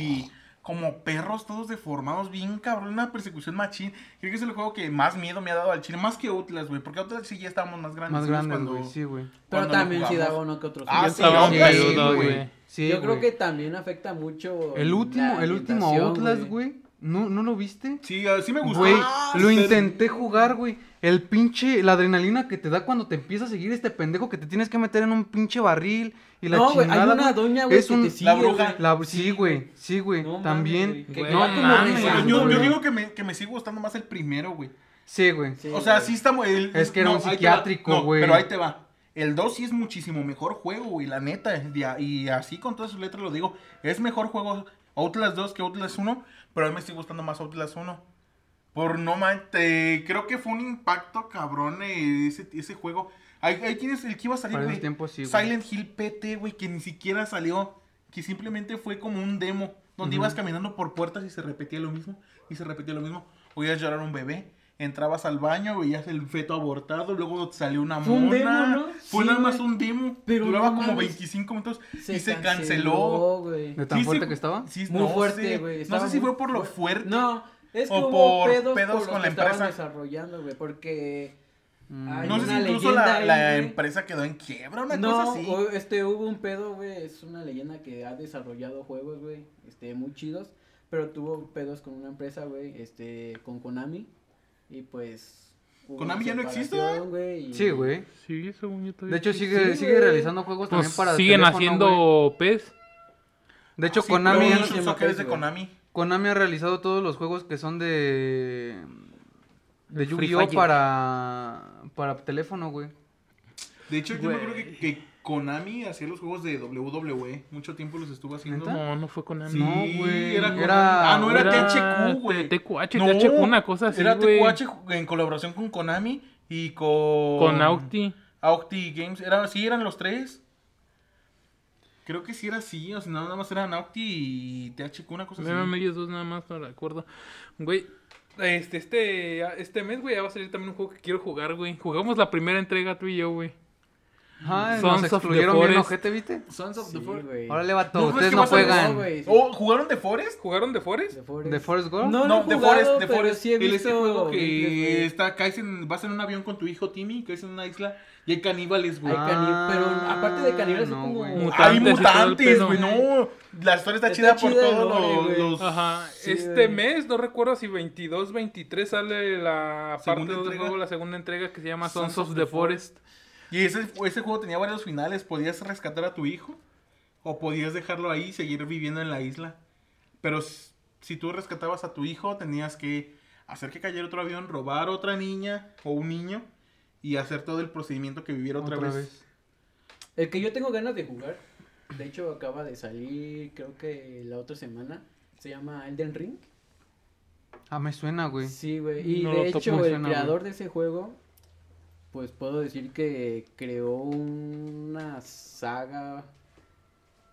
A: y como perros todos deformados, bien cabrón, una persecución machín. Creo que es el juego que más miedo me ha dado al chile, más que Outlast, güey, porque Outlast sí ya estábamos más grandes.
C: Más
A: ¿sabes?
C: grandes,
A: Cuando-
C: güey. Sí, güey.
D: Pero
A: cuando lo
D: también sí
A: jugamos.
D: daba uno que otro.
A: Ah,
D: Yo
A: sí,
D: creo
B: estaba
D: que-
B: un peludo, güey.
C: Sí,
D: Yo creo
C: güey.
D: que también afecta mucho.
C: El último,
D: la
C: el último
D: ambientación,
C: Outlast, güey. ¿No, ¿No lo viste?
A: Sí, ah, sí me gustó.
C: Güey,
A: Ah,
C: lo
A: sí.
C: intenté jugar, güey. El pinche, la adrenalina que te da cuando te empieza a seguir este pendejo que te tienes que meter en un pinche barril y la
D: No, güey, hay
C: chingada,
D: una doña, güey,
C: Es
D: que
C: un-
D: te sigue.
A: la bruja.
D: güey.
C: La- sí, güey, sí, güey,
D: No mames,
C: también.
D: güey, que
B: Güey,
C: no
B: no mames,
C: mames,
A: Yo,
C: güey.
A: yo- yo digo que me, que me sigue gustando más el primero, güey.
C: Sí, güey.
D: Sí,
A: O sea,
D: güey.
A: sí está muy- el-
C: Es que era un
A: ahí te va.
C: psiquiátrico,
A: No,
C: güey.
A: Pero ahí te va. El 2 sí es muchísimo mejor juego, güey, la neta. Y, a- y así con todas sus letras lo digo. Es mejor juego Outlast 2 que Outlast 1, pero a mí me sigue gustando más Outlast 1. Por no mate, creo que fue un impacto cabrón eh, ese, ese juego. Hay, hay quienes, el que iba a salir,
C: Para ese
A: güey,
C: tiempo sí, güey.
A: Silent Hill PT, güey, que ni siquiera salió, que simplemente fue como un demo, donde
C: Ujú.
A: ibas caminando por puertas y se repetía lo mismo, y se repetía lo mismo. Oías llorar un bebé, entrabas al baño, veías el feto abortado, luego salió una
D: Fue un
A: mona.
D: demo, ¿no?
A: Fue
D: Sí,
A: nada más
D: güey.
A: un demo,
D: Pero
A: duraba
D: no
A: como
D: mames.
A: 25 minutos y se canceló.
D: güey.
C: De tan
A: Sí, sí,
C: fuerte
A: güey.
C: que estaba.
A: Sí,
D: Muy
A: no sé,
D: fuerte, güey.
A: No
D: estaba
A: sé si
D: muy
A: fue por lo
D: fu-
A: fuerte.
D: No, es que
A: o
D: hubo
A: por
D: pedos,
A: pedos
D: con
A: con
D: la
A: la
D: empresa.
A: empresa.
D: desarrollando, güey, porque
C: Mm.
D: Ay,
A: No sé si
D: una
A: incluso
D: leyenda
A: la,
D: ahí,
A: la
D: güey.
A: empresa quedó en quiebra, una cosa
D: no,
A: así.
D: o- este hubo un pedo, güey, es una leyenda que ha desarrollado juegos, güey, este muy chidos, pero tuvo pedos con una empresa, güey, este con Konami y pues hubo
A: ¿Konami ya no
D: separación,
A: existe,
D: güey. y-
C: Sí, güey.
B: Sí, según yo todavía
C: De hecho,
B: existe.
C: sigue,
D: sí,
C: sigue
D: güey.
C: realizando juegos
B: Pues
C: también para
B: siguen
C: teléfono, güey.
B: haciendo E PES.
C: De hecho,
A: Sí,
C: Konami,
A: pero
D: no
A: mucho
D: se llama
A: soccer es de
D: PES, güey.
A: Konami.
C: Konami ha realizado todos los juegos que son de... De
B: Free
C: Yu-Gi-Oh!
B: Fire.
C: para... Para teléfono, güey.
A: De hecho, yo me acuerdo que,
B: Güey.
A: que Konami hacía los juegos de WWE. Mucho tiempo los estuvo haciendo.
C: ¿Neta?
B: No, no fue con Ana.
A: Sí,
C: No, güey,
A: Era, Konami.
C: era-
A: Ah, no, era,
B: era
A: THQ, güey.
B: T- TQH, THQ, una cosa así,
A: Era
B: güey.
A: TQH en colaboración con Konami y con.
B: Con Auti.
A: Aukti Games. Era, sí, eran los tres. Creo que sí era así. O sea, nada más eran Aukti y THQ, una cosa Pues así.
B: Meme medios dos nada más, no recuerdo. Güey, este, este, este mes, güey, ya va a salir también un juego que quiero jugar, güey. Jugamos la primera entrega tú y yo, güey.
C: Ajá,
B: Sons
C: nos
B: of the
C: excluyeron bien
B: Forest.
C: ojete, ¿viste?
E: Sons of
D: Sí,
E: the Forest.
D: güey.
C: Órale, vato,
A: ¿No crees
C: ustedes
D: pues
A: que
C: no
A: vas a ganar,
C: juegan.
D: No, güey, sí,
A: ¿O jugaron de Forest?
B: ¿Jugaron de Forest?
D: The Forest.
C: ¿De Forest Gold?
D: No, no,
A: de
D: he jugado,
A: Forest, de
D: pero
A: Forest.
D: sí he
A: Él es el
D: visto
A: juego
D: gameplays,
A: que
D: güey.
A: está, caes en, vas en un avión con tu hijo Timmy, caes en una isla y hay caníbales, güey.
D: Hay caníbales, pero aparte de caníbales,
C: no,
D: es como-
C: güey.
A: Hay
B: mutantes y todo el
A: mutantes,
B: pedo.
A: güey, no. La historia está,
D: Está
A: chida por
D: chida el
A: todos
D: lore,
A: los-
D: güey.
A: los...
B: Ajá,
D: Sí,
B: este
D: güey.
B: mes, no recuerdo si 22, 23 sale la parte
A: Segunda
B: del
A: entrega.
B: juego, la segunda entrega que se llama Sons of the Forest.
A: Y ese, ese juego tenía varios finales. Podías rescatar a tu hijo o podías dejarlo ahí y seguir viviendo en la isla. Pero s- si tú rescatabas a tu hijo, tenías que hacer que cayera otro avión, robar otra niña o un niño y hacer todo el procedimiento que viviera otra,
C: Otra
A: vez.
C: vez.
D: El que yo tengo ganas de jugar, de hecho acaba de salir, creo que la otra semana, se llama Elden Ring.
C: Ah, me suena, güey.
D: Sí, güey. Y
C: No lo
D: de
C: topo,
D: hecho,
C: me
D: el
C: suena,
D: creador de ese juego, pues puedo decir que creó una saga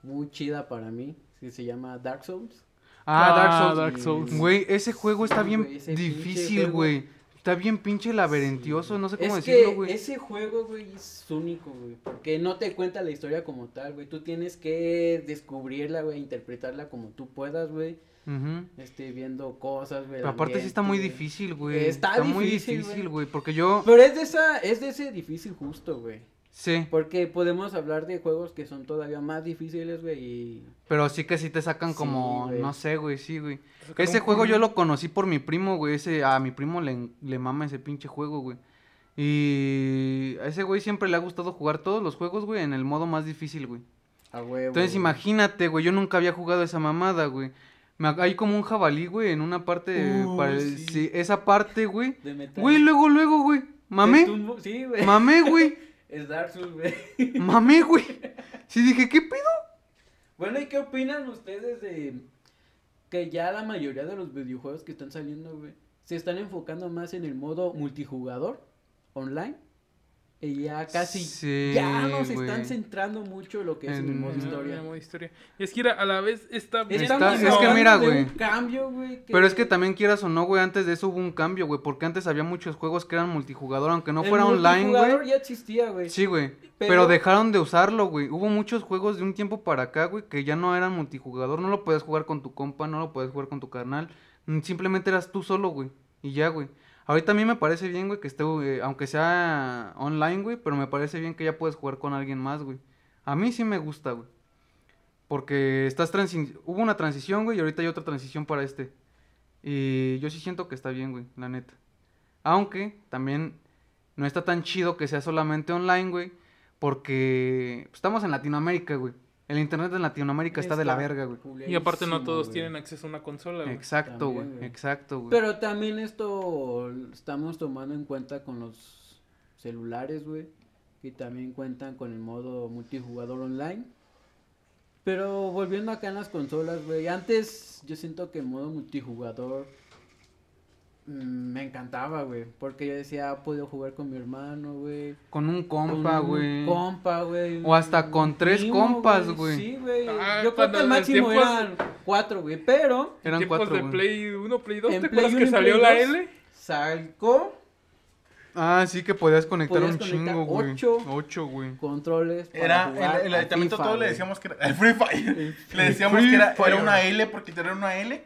D: muy chida para mí, que se llama Dark Souls.
C: Ah, Dark Souls.
D: Dark Souls.
C: Güey, ese juego está
D: Sí,
C: bien
D: güey, ese pinche
C: difícil,
D: juego.
C: güey. Está bien pinche laberentioso, no sé cómo
D: es
C: decirlo,
D: que
C: güey.
D: ese juego, güey, es único, güey, porque no te cuenta la historia como tal, güey. Tú tienes que descubrirla, güey, interpretarla como tú puedas, güey.
C: Ujú.
D: Este, viendo cosas, güey. el
C: Pero aparte sí está muy
D: ambiente, güey.
C: difícil, güey.
D: Está
C: muy
D: difícil,
C: difícil,
D: güey.
C: güey. Porque yo...
D: Pero es de esa, es de ese difícil justo, güey.
C: Sí,
D: Porque podemos hablar de juegos que son todavía más difíciles, güey. Y...
C: pero sí que sí te sacan
D: Sí,
C: como,
D: güey.
C: no sé, güey, sí, güey.
A: sacaron
C: Ese
A: un
C: juego yo
A: juego.
C: lo conocí por mi primo, güey. Ese, a mi primo le, en- le mama ese pinche juego, güey. Y a ese güey siempre le ha gustado jugar todos los juegos, güey, en el modo más difícil, güey.
D: A huevo.
C: Entonces imagínate, güey, yo nunca había jugado esa mamada, güey. Me ac- Hay como un jabalí, güey, en una parte...
A: Uh,
C: para el-
A: sí.
C: sí, esa parte, güey.
D: De metal.
C: Güey, luego, luego, güey.
D: Te (laughs)
C: Mamé,
D: tumbo- Sí, güey.
C: mamé, güey.
D: Es Dark Souls, güey.
C: Mamé, güey. Sí, dije, ¿qué pedo?
D: Bueno, ¿y qué opinan ustedes de que ya la mayoría de los videojuegos que están saliendo, güey, se están enfocando más en el modo multijugador online? Y ya casi
C: Sí,
D: ya no se
C: güey.
D: están centrando mucho en lo que es en el
C: En-
D: modo
C: en el
D: historia.
B: modo historia. Y es que era- a la vez está bien.
C: Está-
D: Estamos
C: es que
D: hablando
C: mira,
D: de
C: güey.
D: un cambio, güey,
C: Pero es que también quieras o no, güey, antes de eso hubo un cambio, güey, porque antes había muchos juegos que eran multijugador, aunque no
D: el
C: fuera online,
D: multijugador
C: güey.
D: ya existía, güey.
C: Sí, güey. Pero...
D: pero-
C: dejaron de usarlo, güey. Hubo muchos juegos de un tiempo para acá, güey, que ya no eran multijugador. No lo podías jugar con tu compa, no lo podías jugar con tu carnal. mm, Simplemente eras tú solo, güey. Y ya, güey. Ahorita a mí me parece bien, güey, que esté, eh, aunque sea online, güey, pero me parece bien que ya puedes jugar con alguien más, güey. A mí sí me gusta, güey. Porque estás transi hubo una transición, güey, y ahorita hay otra transición para este. Y yo sí siento que está bien, güey, la neta. Aunque también no está tan chido que sea solamente online, güey, porque pues, estamos en Latinoamérica, güey. El internet en Latinoamérica está, de la verga, güey.
B: Y aparte no todos
D: güey.
B: tienen acceso a una consola. güey.
C: Exacto,
D: También,
C: güey.
D: güey.
C: Exacto, güey.
D: Pero también esto lo estamos tomando en cuenta con los celulares, güey. Y también cuentan con el modo multijugador online. Pero volviendo acá en las consolas, güey. Antes yo siento que el modo multijugador mm, me encantaba, güey. Porque yo decía, ah, puedo jugar con mi hermano, güey.
C: Con un compa,
D: con un
C: güey.
D: Compa, güey.
C: O hasta con tres compas, güey.
D: Sí, güey.
B: Ah,
D: yo creo
B: cuando
D: que el
B: en
D: máximo
B: tiempos-
D: eran cuatro, güey. Pero
B: En
C: Eran
B: tiempos
C: cuatro,
B: de
C: güey.
B: Play 1, Play 2,
D: En
B: ¿te
D: Play
B: acuerdas
D: 1
B: que
D: y
B: salió
D: Play
B: la
D: 2?
B: L?
D: salgo
C: Ah, sí que podías conectar
D: Podías
C: un
D: conectar
C: chingo, güey.
D: ocho.
C: Ocho, güey.
D: controles para
A: Era,
D: jugar
A: el, el
D: a
A: aditamento
D: FIFA,
A: todo le
D: güey.
A: decíamos que era. (laughs) El Free Fire. le decíamos
C: Free
A: que era,
C: Fire.
A: era una L porque era una L.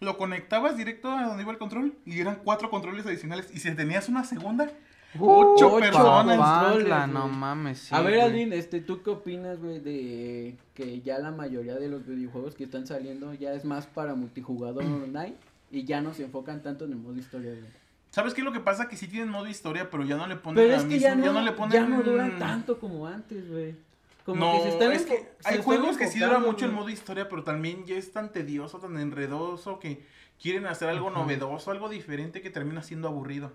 A: Lo conectabas directo a donde iba el control y eran cuatro controles adicionales. Y si tenías una segunda, Ocho
C: Uh,
A: personas.
C: papantla, no
D: güey.
C: mames, sí,
D: a ver,
C: güey.
D: Aline, este, ¿tú qué opinas, güey, de que ya la mayoría de los videojuegos que están saliendo ya es más
A: (clears throat)
D: para multijugador online y ya no se enfocan tanto en el modo historia, güey?
A: ¿sabes qué es lo que pasa? Que sí tienen modo historia, pero ya no le ponen
D: Pero
A: la
D: es que
A: misma-
D: ya no, ya no,
A: le ponen mm,
D: duran tanto como antes, güey. Como
A: no,
D: que se están
A: es
D: enfo-
A: que
D: se
A: hay
D: están
A: juegos que sí dura
D: enfocando,
A: mucho el
D: güey.
A: modo historia, pero también ya es tan tedioso, tan enredoso que quieren hacer algo
C: Ajá.
A: novedoso, algo diferente que termina siendo aburrido.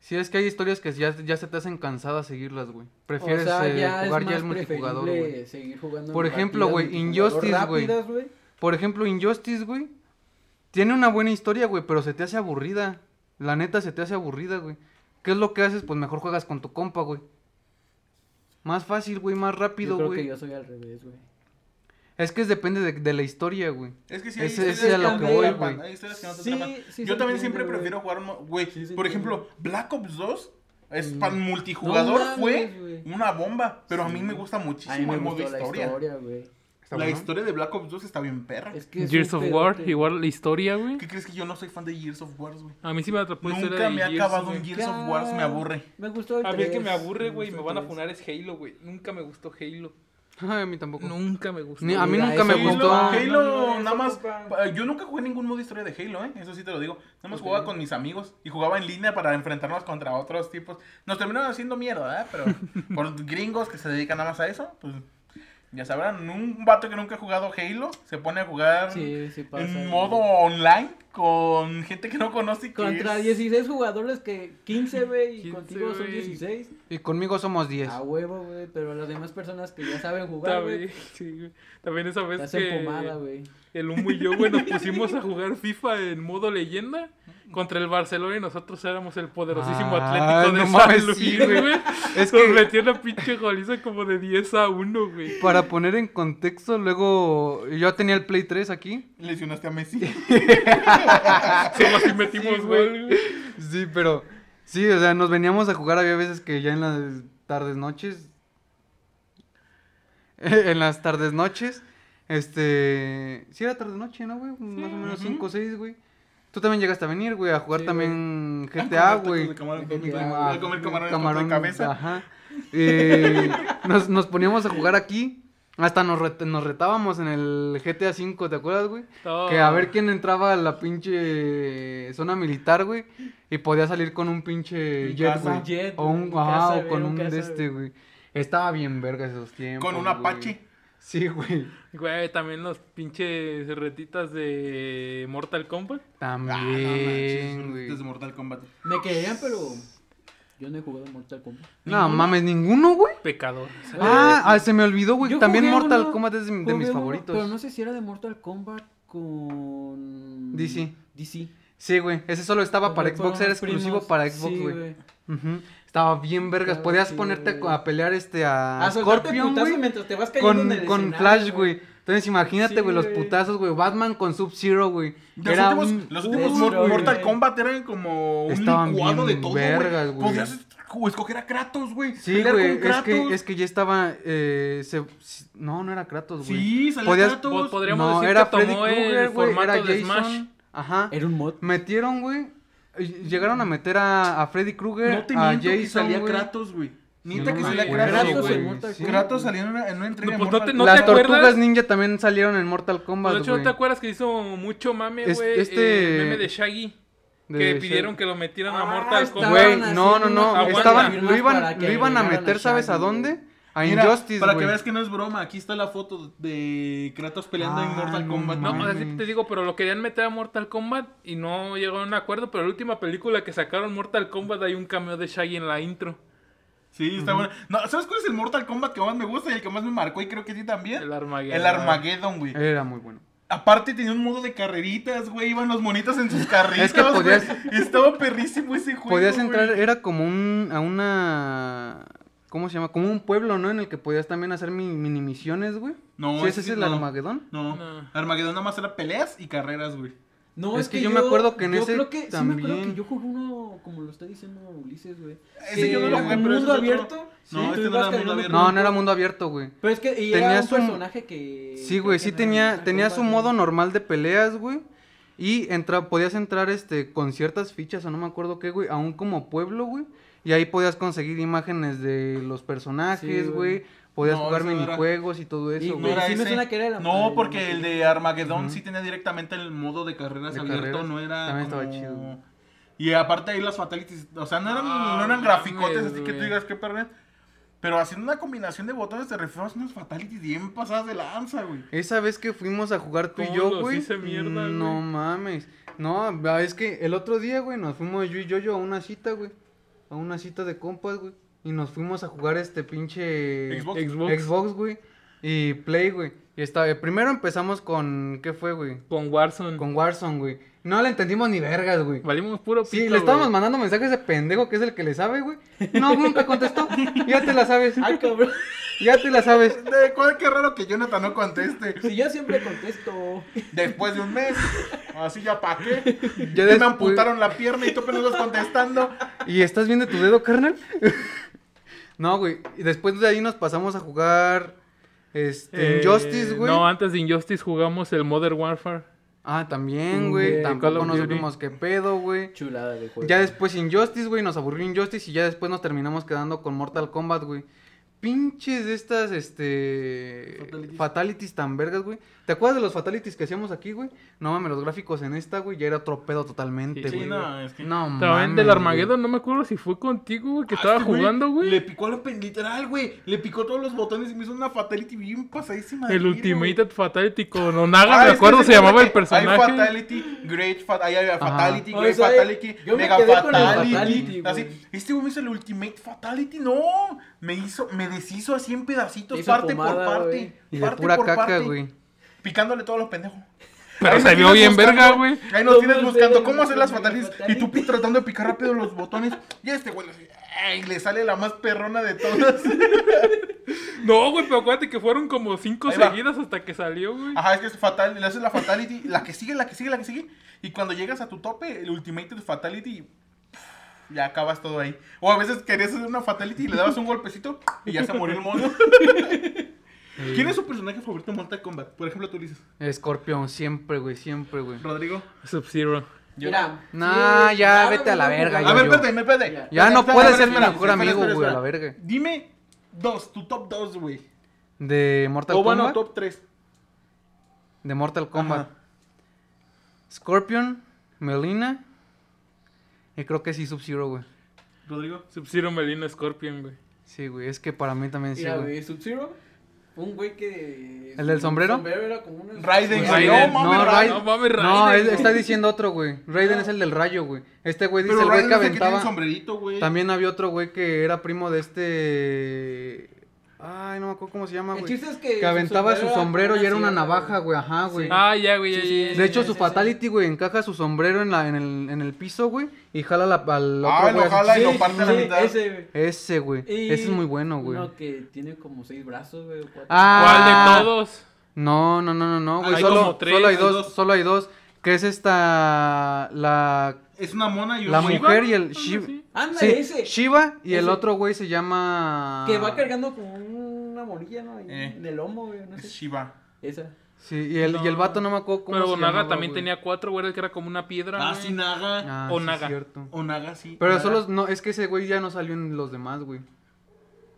C: Sí, es que hay historias que ya, ya se te hacen cansadas seguirlas, güey. Prefieres
D: o sea,
C: eh,
D: ya
C: jugar
D: es
C: ya
D: más
C: el multijugador,
D: preferible
C: güey.
D: seguir jugando
C: Por
D: en
C: ejemplo,
D: partidas
C: güey,
D: multijugador
C: Injustice, güey.
D: rápidas, güey.
C: Por ejemplo, Injustice, güey. Tiene una buena historia, güey, pero se te hace aburrida. La neta se te hace aburrida, güey. ¿Qué es lo que haces? Pues mejor juegas con tu compa, güey. Más fácil, güey, más
D: Yo
C: rápido,
D: creo que
C: güey.
D: yo soy al revés, güey.
C: Es que es depende de, de la historia,
D: (laughs)
C: güey.
A: Es que sí,
C: Ese-
A: historias
C: ese
D: a lo
A: no
D: que
A: te
D: voy,
A: atrapan,
C: güey.
A: hay historias que no te
D: Sí,
A: atrapan.
D: sí
A: Yo
D: se
A: también
D: entiende,
A: siempre
D: güey.
A: prefiero jugar, mo- güey.
D: Sí se
A: por
D: entiende.
A: ejemplo, Black Ops 2 es
D: Mm.
A: para multijugador
D: No mames,
A: fue
D: güey.
A: una bomba, pero a
D: Sí.
A: mí me gusta
D: A mí
A: muchísimo
D: me
A: el modo
D: gustó la
A: historia.
D: historia, güey.
A: La historia de Black Ops 2 está bien perra.
D: Es que es este,
B: Gears
D: un
B: of War,
D: pedote.
B: igual la historia, güey.
A: ¿Qué crees que yo no soy fan de Years of Wars, güey?
B: A mí sí me
D: Pues
B: atrapó la historia
A: Nunca
B: de
A: me ha
B: Gears,
A: acabado
B: güey.
A: un Gears of Wars, me aburre.
D: Me gustó el
B: A mí el que
D: tres,
B: me aburre, güey, y me
D: gustó
B: van a
D: el
B: funar es Halo, güey. Nunca me gustó Halo.
C: Ay, a mí tampoco.
B: Nunca me gustó.
C: Ni- a mí
B: güey.
D: Mira,
C: nunca me
D: eso-
A: Halo,
C: gustó.
A: Halo,
D: No, no,
A: nada más.
D: eso, compa.
A: pa- Yo nunca jugué ningún modo de historia de Halo, ¿eh? Eso sí te lo digo. Nada más
D: Ok.
A: jugaba con mis amigos y jugaba en línea para enfrentarnos contra otros tipos. Nos terminaron haciendo mierda, ¿eh?
D: (laughs)
A: Pero por gringos que se dedican nada más a eso, pues ya sabrán. Un vato que nunca ha jugado Halo se pone a jugar
D: Sí, sí pasa. güey.
A: en modo online con gente que no conoce y que
D: Contra
A: es-
D: 16 jugadores que 15, güey, y contigo
B: 15,
D: son
B: güey.
D: 16.
C: Y conmigo somos 10.
D: A huevo, güey, pero las demás personas que ya saben jugar, güey,
B: También, sí, güey. También esa
D: te
B: vez
D: hacen
B: que
D: pomada, güey.
B: el humo y yo, güey, nos pusimos a jugar FIFA en modo leyenda contra el Barcelona y nosotros éramos el poderosísimo
C: Ah,
B: Atlético de
C: no
B: San
C: mames,
B: Luis,
C: sí, güey.
B: güey.
C: Es
B: Nos
C: que-
B: metió una pinche goliza como de 10 a 1, güey.
C: (laughs) Para poner en contexto, luego yo tenía el Play 3 aquí.
A: Lesionaste a
D: (laughs)
A: Messi.
B: Solo así metimos
C: Sí, güey.
B: gol, güey.
C: Sí, pero sí, o sea, nos veníamos a jugar, había veces que ya en las tardes noches (laughs) en las tardes noches, este, sí era tarde noche, ¿no, güey? Más o menos
A: ujú.
C: 5 o 6, güey. Tú también llegaste a venir, güey, a jugar
D: Sí,
C: también
A: Al
C: GTA,
A: comer Ah, tacos
C: güey.
A: de camarón con-
D: GTA,
A: al comer camarones con tu cabeza.
C: Ajá. Eh, (laughs) nos, nos poníamos a jugar aquí. Hasta nos, re- nos retábamos en el GTA V, ¿te acuerdas, güey? Que a ver quién entraba a la pinche zona militar, güey. Y podía salir con un pinche
D: Mi
C: jet,
A: casa.
C: güey.
D: Un jet,
C: O un,
D: un
C: ajá,
D: casa,
C: o con
D: güey, un
C: un de
D: casa,
C: este, güey. Estaba bien verga esos tiempos.
A: Con un
C: güey.
A: Apache.
C: Sí, güey.
B: Güey, también los pinches retitas de Mortal Kombat.
A: Ah, no manches,
C: También, güey.
A: desde Mortal Kombat.
D: Me querían, pero yo no he jugado Mortal Kombat.
C: No mames, ninguno, güey.
B: Pecador.
C: Ah, ah, se me olvidó, güey.
D: Eh, Yo
C: También
D: jugué
C: Mortal
D: uno,
C: Kombat es de, de
D: Jugué
C: mis
D: uno,
C: favoritos.
D: Pero no sé si era de Mortal Kombat con.
C: DC.
D: DC.
C: Sí, güey. Ese solo estaba para
D: Porque fueron
C: Xbox, era
D: los primos.
C: exclusivo para Xbox,
D: Sí,
C: güey. Ujú. Estaba bien vergas.
D: Estaba
C: Podías
D: chido,
C: ponerte a,
D: güey.
C: a pelear este a,
D: A Ah, soltarte
C: Scorpion,
D: putazo
C: güey,
D: mientras te vas cayendo en
C: Con,
D: el
C: con
D: escenario,
C: Flash, güey. Entonces imagínate,
D: Sí,
C: güey, los
D: güey.
C: putazos, güey. Batman con Sub-Zero, güey.
A: Los
C: Era
A: últimos,
C: un
A: los últimos
D: puro,
A: Mor-
D: güey.
A: Mortal Kombat eran como un
C: Estaban
A: licuado de
C: bien
A: todo,
C: vergas,
A: güey.
C: güey.
A: Podías esco- escoger a Kratos, güey.
C: Sí,
A: Pelear
C: güey,
A: con
C: es que,
A: Kratos.
C: es que ya estaba, eh, se- si- no, no era Kratos, güey.
A: Sí, salía
C: Podías-
A: Kratos.
B: po- podríamos
C: no,
B: decir
C: era
B: que
C: Freddy
B: tomó el
C: Krueger, güey,
B: formato
C: era
B: de
C: Jason,
B: Smash.
C: ajá.
D: Era un mod.
C: Metieron, güey, y- llegaron a meter a, a Freddy Krueger,
A: No te
C: a
A: miento
C: Jason,
A: que salía
C: güey.
A: Kratos, güey.
C: Sí,
A: Neta
C: no
A: que
C: me
A: salía
C: acuerdo,
A: Kratos,
D: güey.
A: güey.
D: Mortal
C: Sí.
A: Kratos salía en una, en una entrega
B: No, pues,
A: de
B: no te-
A: Mortal
B: no
C: Las
B: te acuerdas?
C: tortugas ninja también salieron en Mortal
B: Pero
C: Kombat,
B: de hecho, ¿no te
C: güey.
B: acuerdas que hizo mucho mame,
C: Es-
B: güey?
C: este-
B: eh, meme de Shaggy.
C: De
B: que
C: Shaq.
B: pidieron que lo metieran a
D: Ah,
B: Mortal
D: estaban
B: Kombat.
C: Güey, no, no,
D: haciendo
C: no,
B: unas
C: estaban,
D: firmas
C: lo
D: para
C: iban,
D: que
C: lo iban a
D: agregaran a
C: meter, ¿sabes a
D: Shaggy,
C: dónde? A
A: Mira,
C: Injustice,
A: Para
C: güey.
A: que veas que no es broma, aquí está la foto de Kratos peleando en
C: Ah,
A: Mortal
C: no
A: Kombat.
B: No, pues,
A: güey.
C: mames.
B: así te digo, pero lo querían meter a Mortal Kombat y no llegaron a un acuerdo. Pero la última película que sacaron, Mortal Kombat, hay un cameo de Shaggy en la intro.
A: Sí, está bueno. No, ¿sabes cuál es el Mortal Kombat que más me gusta y el que más me marcó y creo que a ti también?
B: El Armageddon.
A: El Armageddon, güey.
C: Era muy bueno.
A: Aparte tenía un modo de carreritas, güey. Iban los monitos en sus carritos.
C: (laughs) Es que podías-
A: güey. Estaba perrísimo ese juego.
C: Podías
A: güey.
C: entrar, eh, era como un, a una, ¿cómo se llama? Como un pueblo, ¿no? En el que podías también hacer mi- mini misiones, güey.
A: No,
C: ¿Sí ese
A: ese
C: es
A: sí
C: el
A: no.
C: Armagedón?
A: No,
B: No.
A: Armageddon nada más era peleas y carreras, güey.
D: No,
C: Es que yo me acuerdo que en
D: yo
C: ese
D: creo que, Sí me acuerdo
C: también.
D: que yo jugué uno, como lo está diciendo Ulises, güey.
A: Ese
D: que
A: yo no lo
D: era
A: jugué,
D: un
A: pero ese
D: mundo
A: es otro. No,
D: abierto. sí,
A: este
D: tú
A: no era mundo
D: ibas caminando
A: abierto.
D: por
C: No,
D: un
C: no era
D: pueblo.
C: mundo abierto, güey.
D: Pero es que y era
C: Tenías
D: un
C: un-
D: personaje que.
C: Sí,
D: creo
C: güey,
D: que
C: sí
D: no
C: tenía,
D: era
C: tenía su
D: Kombat,
C: modo
D: ¿no?
C: normal de peleas, güey. Y entra, podías entrar este, con ciertas fichas, o no me acuerdo qué, güey, aún como pueblo, güey. Y ahí podías conseguir imágenes de los personajes,
D: Sí, güey.
C: güey. Podías
A: No,
C: jugar
A: eso no era.
C: minijuegos y todo
D: Y
C: eso,
D: no
C: güey.
D: era- sí me suena que era el
A: No,
D: Armageddon,
A: porque
D: sí.
A: el de Armageddon
C: Ujú.
A: sí tenía directamente el modo de carreras
C: De
A: abierto,
C: carreras.
A: no era
C: También
A: como...
C: estaba chido, güey.
A: Y aparte ahí las fatalities, o sea, no eran,
B: Ah,
A: no eran
B: mames,
A: graficotes, así que tú
B: güey.
A: digas qué perder. Pero haciendo una combinación de botones te refieres unas fatalities bien pasadas de lanza, güey. (laughs)
C: Esa vez que fuimos a jugar tú y
B: ¿Cómo
C: yo,
B: los
C: güey.
B: hice mierda, güey?
C: No mames. No, va, es que el otro día, güey, nos fuimos yo y yo, yo a una cita, güey. A una cita de compas, güey. Y nos fuimos a jugar este pinche
A: Xbox.
B: Eh, Xbox.
C: Xbox, güey. Y Play, güey. Y estaba, primero empezamos con. ¿Qué fue, güey?
B: Con Warzone.
C: Con Warzone, güey. No le entendimos ni vergas, güey.
B: Valimos puro pito,
C: Sí, le estábamos
B: güey.
C: mandando mensajes de pendejo que es el que le sabe, güey. No, nunca contestó. Ya te la sabes.
D: Ay, cabrón. (laughs)
C: Ya te la sabes.
A: De cuál qué raro que Jonathan no conteste.
D: Si yo siempre contesto.
A: Después de un mes, así ya pa' qué. Ya
C: Ya
A: me
C: después-
A: amputaron la pierna y tú apenas vas contestando.
C: ¿Y estás bien de tu dedo, carnal? (laughs) no, güey. Y después de ahí nos pasamos a jugar. Este.
B: Eh,
C: Injustice, güey.
B: No, antes de Injustice jugamos el Modern Warfare.
C: Ah, también,
B: Güey,
C: güey.
B: eh, Call
C: Tampoco
B: of
C: nos
B: Duty.
C: supimos qué pedo, güey.
D: Chulada de
A: pues,
D: juego.
C: Ya después Injustice, güey, nos aburrió Injustice y ya después nos terminamos quedando con Mortal Kombat, güey. Pinches de estas, este...
A: Fatalities.
C: Fatalities. tan vergas, güey. ¿Te acuerdas de los fatalities que hacíamos aquí, güey? No mames, los gráficos en esta, güey, ya era otro pedo totalmente,
B: Sí,
C: güey. no,
A: es
B: También
C: mames,
B: del
C: güey.
B: Armageddon, no me acuerdo si fue contigo, güey, que
A: Ah,
B: estaba
A: este
B: jugando, güey.
A: Le picó a la pen, literal, güey. Le picó todos los botones y me hizo una fatality bien pasadísima. de
B: El
A: tiro,
B: Ultimate
A: güey.
B: Fatality con
A: Ah,
B: Onaga, me
A: es que
B: acuerdo, se
A: acuerda
B: llamaba el
A: que Hay
B: personaje.
A: Fatality, Great Fat, ahí había
C: Ajá.
A: Fatality,
D: No,
A: Great
D: eso, eh,
A: Fatality,
D: yo me
A: Mega
D: quedé con el
A: Fatality.
D: Fatality, güey.
A: así, este güey me hizo el Ultimate Fatality, no. Me hizo, me deshizo así en pedacitos,
D: Te hizo
A: parte por
D: pomada,
A: parte.
D: güey.
C: Y de
A: parte
C: pura
A: por
C: caca,
A: parte,
C: güey.
A: Picándole todos los pendejos.
B: Pero
A: Ahí
B: se
A: nos
B: vio bien
A: tienes
B: verga,
A: buscando-
B: güey.
A: Ahí nos
D: ¿Cómo
A: tienes
D: hacer
A: buscando
D: el
A: cómo hacer las
D: Ultimate
A: fatalities. Y tú
D: Fatality?
A: tratando de picar rápido los botones. Y este güey así, ay, le sale la más perrona de todas.
B: No, güey, pero acuérdate que fueron como cinco
A: Ahí va. Ah.
B: seguidas hasta que salió, güey.
A: Ajá, es que es fatal, le haces la fatality, la que sigue, la que sigue, la que sigue. Y cuando llegas a tu tope, el ultimate de fatality, pff, ya acabas todo ahí. O a veces querías hacer una fatality y le dabas un golpecito y ya se murió el mono. ¿Quién es su personaje favorito en Mortal Kombat? Por ejemplo, tú dices,
C: Scorpion, siempre, güey, siempre, güey.
A: Rodrigo.
B: Sub-Zero.
A: Yo-
D: Mira.
C: Nah,
D: sí,
C: ya,
D: claro,
C: vete a la
D: yo-
C: verga,
A: A ver,
C: yo-
A: espérate, espérate.
D: Ya
A: Espera,
C: no
A: espera,
C: puede
A: espera,
C: ser mi
A: espera,
C: mejor
A: espera,
C: amigo,
A: espera,
C: güey, a la
A: espera.
C: verga.
A: Dime dos, tu top dos, güey.
C: De Mortal
A: O Oh, bueno,
C: Kombat.
A: top tres.
C: De Mortal Kombat.
A: Ajá.
C: Scorpion, Melina. Y creo que sí, Sub-Zero, güey.
A: Rodrigo.
B: Sub-Zero Melina Scorpion, güey.
C: Sí, güey. Es que para mí también sí,
D: Mira,
C: güey.
D: güey, Sub-Zero. Un güey que.
C: ¿El del
D: su
C: sombrero?
D: sombrero era como un.
A: Raiden,
C: Pues
A: güey.
B: Raiden,
A: No, mames,
C: no,
A: Raiden.
B: No mames, Raiden.
C: No, es-
B: güey.
C: está diciendo otro, güey. Raiden es el del rayo, güey. Este güey dice
A: Pero
C: el güey
A: Raiden
C: que
A: es el que tiene un
C: aventaba.
A: sombrerito, güey.
C: También había otro güey que era primo de este. Ay, no me acuerdo cómo se llama,
D: El
C: güey.
D: chiste es que.
C: Que aventaba su sombrero y era una
D: sierra,
C: navaja, güey. Ajá, güey.
B: Ah, ya, güey, ya,
D: Sí, sí,
B: ya, ya.
C: De hecho,
D: sí,
C: su
D: sí,
C: fatality, güey, encaja su sombrero en, la, en, el, en el piso, güey, y jala la, al otro,
A: Ah,
C: güey.
A: lo
C: así.
A: jala y lo parte a la
D: sí,
A: mitad.
D: Ese, güey.
C: Ese, güey.
D: Y
C: Ese es muy bueno, güey.
D: Uno que tiene como seis brazos, güey. o cuatro.
C: Ah,
B: ¿Cuál de todos?
C: No, no, no, no, no, güey.
B: Hay
C: Solo,
B: como tres,
C: solo hay
A: hay
C: dos,
A: dos.
C: solo hay dos. Que es esta. La,
A: Es una mona y un
C: la
A: Shiva.
C: mujer y el
B: Algo
C: Shiva.
B: así.
D: Anda,
C: Sí, ah.
D: ese.
C: Shiva y el
D: Ese.
C: otro, güey, se llama.
D: Que va cargando como una morilla, ¿no? Ahí
A: Eh.
D: En el lomo, güey. No
A: Es
D: sé.
A: Shiva.
D: Esa.
C: Sí, y el, y el vato no me acuerdo cómo
B: Pero
C: se
B: Onaga
C: llamaba,
B: también
C: güey.
B: tenía cuatro, güey, era el que era como una piedra.
A: Ah,
B: güey.
A: sí, Naga.
C: Ah,
B: o
C: sí,
B: Naga.
C: cierto.
A: O Naga, sí.
C: Pero
A: Naga.
C: solo, no, es que ese güey ya no salió en los demás, güey.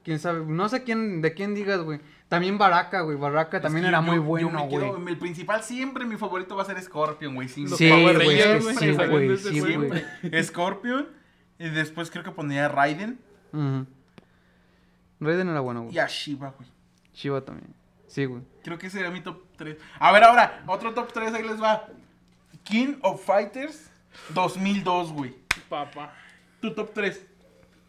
C: Quién sabe, no sé quién, de quién digas, güey. También Baraka, güey. Baraka
A: Es
C: también
A: que
C: era
A: yo-
C: muy
A: yo me
C: bueno,
A: quedo-
C: güey.
A: El principal siempre, mi favorito va a ser Scorpion, güey. sin
B: Los
C: Sí,
B: Power
C: güey, es
B: Rangers,
C: que
B: güey,
C: sí,
B: salían
C: güey,
B: de ese
C: sí,
B: juego.
C: güey.
A: Siempre. Scorpion. Y después creo que ponía a Raiden
C: Ujú. Raiden era bueno, güey.
A: y a Shiva, güey.
C: Shiva también. Sí, güey.
A: Creo que ese era mi top 3. A ver, ahora, otro top 3, ahí les va. King of Fighters 2002, güey.
B: Papá.
A: Tu top 3.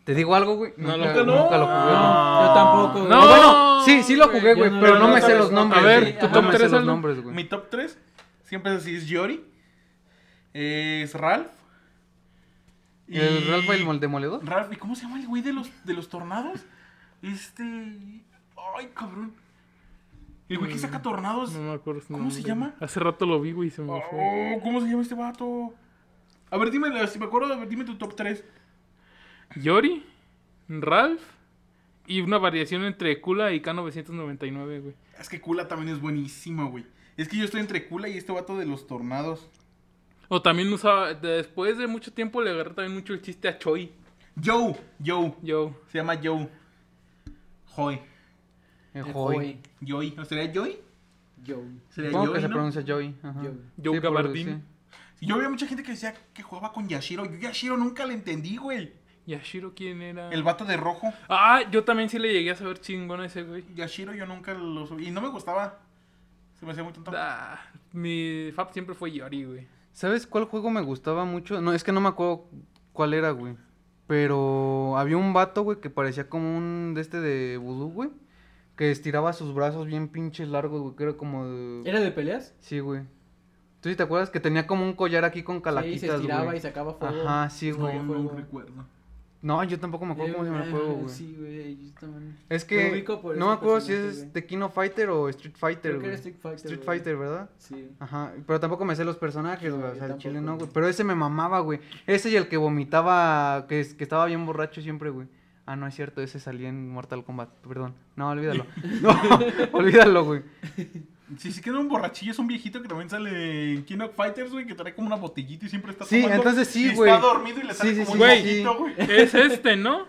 C: ¿Te digo algo, güey?
B: No,
C: nunca,
B: nunca, no.
C: nunca lo jugué, güey.
A: No.
D: Yo tampoco, güey.
B: No.
C: O Ah, bueno, sí, sí lo
B: güey,
C: jugué,
D: yo
C: güey,
D: no lo-
C: pero no
A: no
C: me sé
A: sabes,
C: los
A: no,
C: nombres.
D: a ver,
C: güey.
D: tu
C: No
D: top
C: me sé
B: tres,
C: los
B: Aldo.
C: nombres, güey.
A: Mi top 3 siempre es así, es Yori, es Ralph.
C: ¿Y ¿El Ralph el Mol- Demoledor?
A: Ralph, ¿y cómo se llama el güey de los, de los tornados? Este... Ay, cabrón. El güey que
C: Mm,
A: saca tornados.
B: No me acuerdo. su
A: ¿Cómo
B: nombre,
A: se llama?
B: güey. Hace rato lo vi, güey, y se me fue.
A: Oh, ¿Cómo se llama este vato? A ver, dime, si me acuerdo, a ver, dime tu top 3.
B: Yori, Ralph y una variación entre Kula y K999, güey.
A: Es que Kula también es buenísima, güey. Es que yo estoy entre Kula y este vato de los tornados.
B: O también usaba, después de mucho tiempo le agarré también mucho el chiste a Choi.
A: Joe, Joe.
B: Yo,
A: Se llama Joe. Joy.
C: El Joy.
D: El Joy.
A: Joy. ¿No sería Joy?
D: Joe.
A: ¿Sería
C: Supongo que
A: Joy,
C: se
A: no?
C: pronuncia Joey. Ajá.
D: Joey.
B: Joe
C: Sí, por-
B: Gabardín.
A: Sí, Yo había mucha gente que decía que jugaba con Yashiro. Yo Yashiro nunca le entendí, güey.
B: ¿Yashiro quién era?
A: El vato de rojo.
B: Ah, yo también sí le llegué a saber chingón a ese, güey.
A: Yashiro yo nunca lo subí. Y no me gustaba. Se me hacía muy tonto.
B: Ah, mi Fab siempre fue Yori, güey.
C: ¿Sabes cuál juego me gustaba mucho? No, es que no me acuerdo cuál era, güey. Pero había un vato, güey, que parecía como un de este de vudú, güey. Que estiraba sus brazos bien pinches largos, güey, que era como de-
D: ¿Era de peleas?
C: Sí, güey. ¿Tú sí te acuerdas que tenía como un collar aquí con
D: Sí,
C: calaquitas,
D: se estiraba
C: güey?
D: y sacaba fuego.
C: Ajá, sí,
A: No,
C: güey.
A: yo no
C: No,
D: Fuego.
A: recuerdo.
C: yo tampoco me acuerdo
D: Yo-
C: cómo se llama el juego,
D: ah,
C: güey.
D: Sí, güey, yo también.
C: Es
D: Lo
C: que
D: ubico por
C: no
D: ese
C: me acuerdo si
D: personaje,
C: es
D: güey.
C: de King of Fighter o Street Fighter,
D: Creo que
C: güey.
D: era Street Fighter.
C: Street
D: güey.
C: Fighter, ¿verdad?
D: Sí.
C: Ajá, pero tampoco me sé los personajes,
D: No,
C: güey.
D: yo
C: o sea, el chile
D: tampoco,
C: no,
D: güey.
C: güey. Pero ese me mamaba, güey. Ese y el que vomitaba, que, es- que estaba bien borracho siempre, güey. Ah, no es cierto, ese salía en Mortal Kombat, perdón. No,
D: (laughs)
C: olvídalo. (laughs) No, olvídalo, güey.
A: Si se queda un borrachillo, es un viejito que también sale en King of Fighters, güey, que trae como una botellita y siempre está
C: Sí,
A: tomando.
C: entonces sí,
A: Y
C: güey.
A: Está dormido y le
C: Sí,
A: sale
C: sí,
A: como
B: sí,
A: un
B: güey.
A: mojito, güey.
B: Es este, ¿no?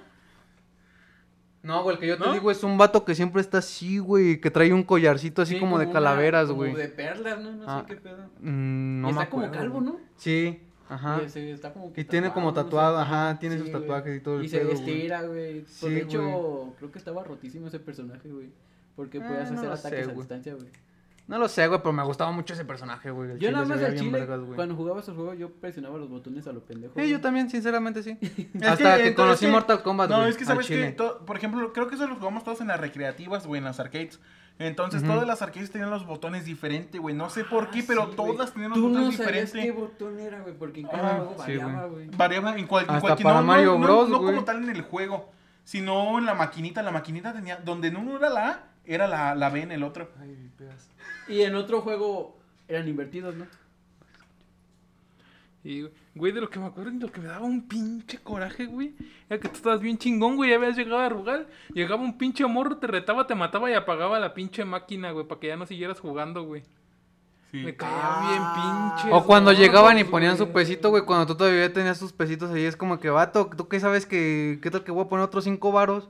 C: No, güey, el que yo te
B: ¿No?
C: digo es un vato que siempre está así, güey, que trae un collarcito así
D: Sí,
C: como, de
D: una-
C: calaveras,
D: como
C: güey.
D: de perlas, ¿no? No
C: Ah.
D: sé qué pedo.
C: Mm, no
D: y
C: me
D: está como
C: acuerdo,
D: calvo,
C: güey.
D: ¿no?
C: Sí, ajá.
D: Y, ese está como que
C: Y tiene como
D: no sé.
C: tatuado, ajá, tiene sus
D: Sí, güey.
C: tatuajes y todo el
D: Y se
C: pedo, güey.
D: estira, güey. Por
C: Sí,
D: de hecho,
C: güey.
D: creo que estaba rotísimo ese personaje, güey. Porque
C: Ah,
D: podías
C: no
D: hacer
C: lo sé,
D: ataques a
C: güey.
D: distancia, güey.
C: No lo sé, güey, pero me gustaba mucho ese personaje, güey. El
D: Yo nada
C: se
D: más
C: veía
D: al
C: bien
D: chile,
C: vergas, güey.
D: cuando jugaba esos juegos, yo presionaba los botones a lo pendejo.
C: Eh,
D: güey.
C: yo también, sinceramente, sí.
A: (laughs) Es
C: Hasta que,
A: entonces,
C: conocí
A: es que-
C: Mortal Kombat,
A: No,
C: güey,
A: es que
C: al
A: sabes que,
C: chile.
A: to- por ejemplo, creo que eso lo jugamos todos en las recreativas, güey, en las arcades. Entonces,
C: Ujú.
A: todas las arcades tenían los botones diferentes, güey. No sé por qué,
D: Ah,
A: pero
D: sí, güey.
A: todas tenían los
D: Tú no
A: botones
D: sabías
A: diferentes.
D: qué botón era, güey, porque en
A: Ah,
D: cada juego
C: sí, güey.
D: variaba, güey.
A: Variaba en cual- en
C: Hasta
A: cualquier
C: para
A: no, no- no-
C: Mario Bros,
A: No,
C: güey.
A: como tal en el juego, sino en la maquinita. La maquinita tenía. Donde en uno era la A, era la, la B en el otro.
D: Y en otro juego eran invertidos, ¿no?
B: Y, güey, de lo que me acuerdo y lo que me daba un pinche coraje, güey. Era que tú estabas bien chingón, güey. Ya habías llegado a Rugal. Llegaba un pinche morro, te retaba, te mataba y apagaba la pinche máquina, güey. Para que ya no siguieras jugando, güey.
A: Sí.
B: Me caía
D: Ah.
B: bien pinche.
C: O cuando
B: gordos,
C: llegaban y
B: güey.
C: ponían su pesito, güey, cuando tú todavía tenías tus pesitos ahí, es como que, vato, ¿tú qué sabes que, qué tal que voy a poner otros cinco varos?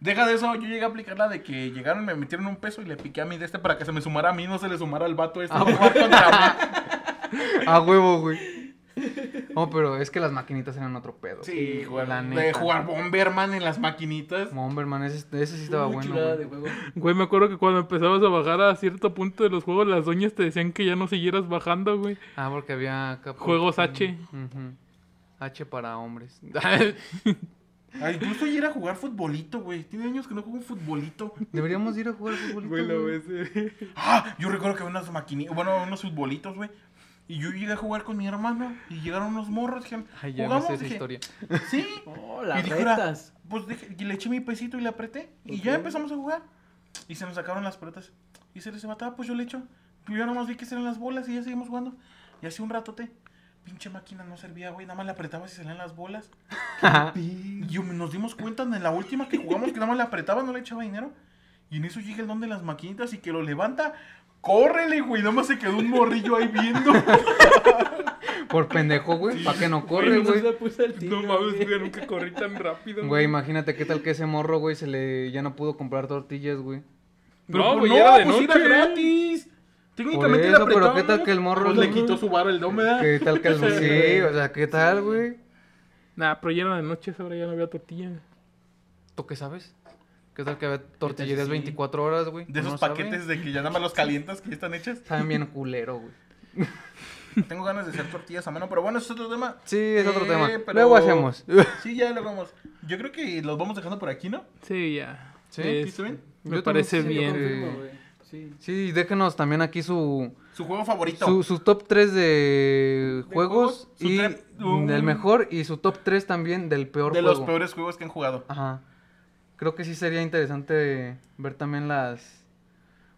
A: Deja de eso, yo llegué a aplicar la de que llegaron, me metieron un peso y le piqué a mí de este para que se me sumara a mí, no se le sumara al vato
C: Ah,
A: este. Jugar contra mí.
C: A huevo, güey. No, pero es que las maquinitas eran otro pedo.
A: Sí, güey.
C: la
A: De
C: neta.
A: jugar Bomberman en las maquinitas.
C: Bomberman, ese, ese sí estaba
D: Uy,
C: bueno.
D: chulada
C: güey.
D: de
C: (laughs)
D: juego.
B: Güey, me acuerdo que cuando empezabas a bajar a cierto punto de los juegos, las doñas te decían que ya no siguieras bajando, güey.
C: Ah, porque había acá por-
B: Juegos
C: Ujú,
B: H.
C: ujú. H para hombres. (laughs)
A: Ay, Ah, incluso ayer a jugar futbolito, güey. Tiene años que no juego futbolito.
C: Deberíamos ir a jugar futbolito. güey.
A: Ah, yo recuerdo que había unas maquinitas, bueno, unos futbolitos, güey. Y yo llegué a jugar con mi hermano y llegaron unos morros. Dijeron,
C: Ay, ya me
A: jugamos,
C: sé esa
A: dije,
C: historia.
A: Sí.
D: Oh, las
A: Y dije, "Ora".
D: retas.
A: Pues dije- y le eché mi pesito y le apreté. Y ya
D: Ok.
A: empezamos a jugar. Y se nos sacaron las pelotas. Y se les mataba, pues yo le echo. Yo ya nomás vi que eran las bolas y ya seguimos jugando. Y hace un ratote, pinche máquina no servía, güey. Nada más le apretabas y salían las bolas. Y yo- nos dimos cuenta en la última que jugamos que nada más le apretaba, no le echaba dinero. Y en eso llega el don de las maquinitas y que lo levanta. ¡Córrele, güey! Nada más se quedó un morrillo ahí viendo.
C: (laughs) Por pendejo, güey. ¿Para que no corre,
D: Ay, no se
C: güey?
D: la puse al tiro,
B: No mames,
D: güey.
B: güey, nunca corrí tan rápido.
C: Güey, imagínate qué tal que ese morro, güey, se le ya no pudo comprar tortillas,
A: (laughs)
C: güey.
A: Pero,
B: No,
A: pues,
B: güey, era de
A: pues,
B: noche.
A: gratis. Técnicamente
C: Por
A: le
C: eso, pero
A: apretaba,
C: ¿qué tal
A: ¿no?
C: que el morro
A: Pues
C: lo-
A: le quitó su varo el don, ¿verdad?
C: ¿Qué tal que el sí, o sea, qué tal,
D: Sí.
C: güey?
B: Nah, pero ya era de noche, ahora ya no había tortilla.
C: ¿Tú qué sabes? ¿Qué tal que había tortillerías
D: sí?
C: 24 horas, güey?
A: De
C: Uno
A: esos
C: sabe.
A: paquetes de que ya nada más los calientas que ya están hechas.
C: Saben bien culero, (laughs) güey.
A: Tengo ganas de hacer tortillas a mano, pero bueno, ese es otro tema.
C: Sí, es otro
A: Eh,
C: tema.
A: pero-
C: Luego hacemos. (laughs)
A: Sí, ya lo vamos. Yo creo que los vamos dejando por aquí, ¿no?
B: Sí, ya.
C: ¿Sí?
A: ¿Viste bien?
B: me
C: Yo también
B: parece
D: Sí, lo
B: bien.
D: confirmo, güey. Sí.
C: Sí, déjenos también aquí su,
A: Su juego favorito.
C: su, su top 3 de
A: ¿De juegos?
C: juegos
A: Su
C: y
A: tre- un-
C: del mejor y su top 3 también del peor
A: de
C: juego.
A: los peores juegos que han jugado.
C: Ajá. Creo que sí sería interesante ver también las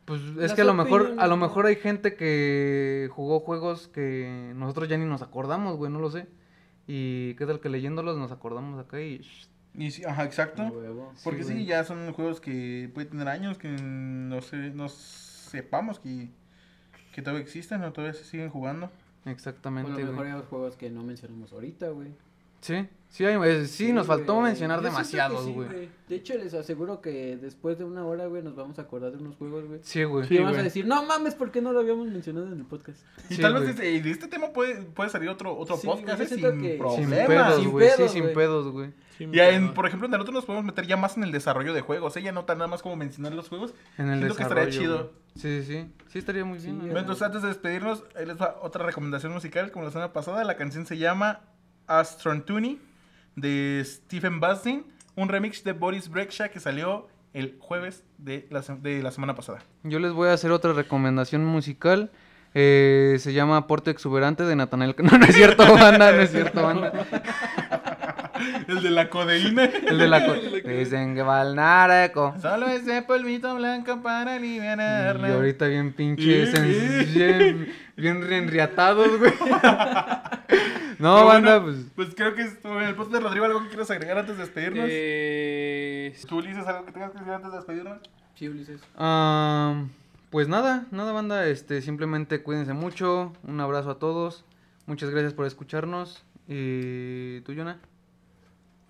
C: pues es
D: Las
C: que a lo mejor
D: opiniones,
C: a lo
D: ¿no?
C: mejor hay gente que jugó juegos que nosotros ya ni nos acordamos, güey, no lo sé. Y qué tal que leyéndolos nos acordamos acá y shh,
A: Y sí, ajá,
C: Ah,
A: exacto.
D: Huevo.
A: Porque sí,
C: güey.
A: ya son juegos que puede tener años que no, sé, no sepamos que, que todavía existen o todavía se siguen jugando.
D: Bueno,
C: exactamente.
D: a lo mejor
C: güey.
D: hay los juegos que no mencionamos ahorita, güey.
C: Sí, sí, hay- eh, sí, nos faltó
D: güey.
C: mencionar
D: Yo siento que
C: demasiados,
D: sí,
C: güey.
D: De hecho, les aseguro que después de una hora, güey, nos vamos a acordar de unos juegos, güey.
C: Sí, güey.
D: Y
B: Sí,
D: vamos a
B: güey.
D: decir, no mames, ¿por qué no lo habíamos mencionado en el podcast?
A: Y
C: Sí,
A: tal vez
C: güey.
A: de, de este tema puede, puede salir otro, otro
D: Sí,
A: podcast
D: yo
A: eh,
D: siento
A: sin
D: que- Sin
C: Sin
A: problema.
C: pedos,
D: Sin
C: güey. Sí,
D: pedos,
C: sin
D: güey.
C: pedos, güey.
B: Sí, me
A: Ya en,
B: acuerdo.
A: por ejemplo, en nosotros nos podemos meter ya más en el desarrollo de juegos, ella no tan nada más como mencionar los juegos.
C: En el
A: Siento que estaría
C: desarrollo,
A: chido.
C: güey. Sí, sí, sí. Sí estaría muy
D: Sí,
C: bien. la
D: güey.
A: Bueno, Entonces,
C: verdad.
A: antes de despedirnos, ahí les va otra recomendación musical, como la semana pasada. La canción se llama Astrontuni de Stephen Bustin, un remix de Boris Breksha que salió el jueves de la, se- de la semana pasada.
C: Yo les voy a hacer otra recomendación musical. eh, se llama Aporte Exuberante de Natanael. (laughs) No, no es cierto, banda, no es cierto, banda.
A: (laughs) El de la codeína. (laughs)
C: El de la. co- Dicen que va al nareco.
A: Solo ese polvito blanco para
C: Y
A: liberarla.
C: ahorita bien pinche,
A: Sí,
C: sen-
A: sí.
C: bien, bien
A: (laughs)
C: reenriatados, güey. No,
A: Pero
C: banda,
A: bueno,
C: pues.
A: Pues creo que estuvo bien. El podcast de Rodrigo, ¿algo que quieras agregar antes de despedirnos?
B: Eh,
A: ¿Tú, Ulises, algo que tengas que decir antes de despedirnos?
D: Sí, Ulises.
C: Ah, pues nada, nada banda, este, simplemente cuídense mucho, un abrazo a todos, muchas gracias por escucharnos y tú, Jonah,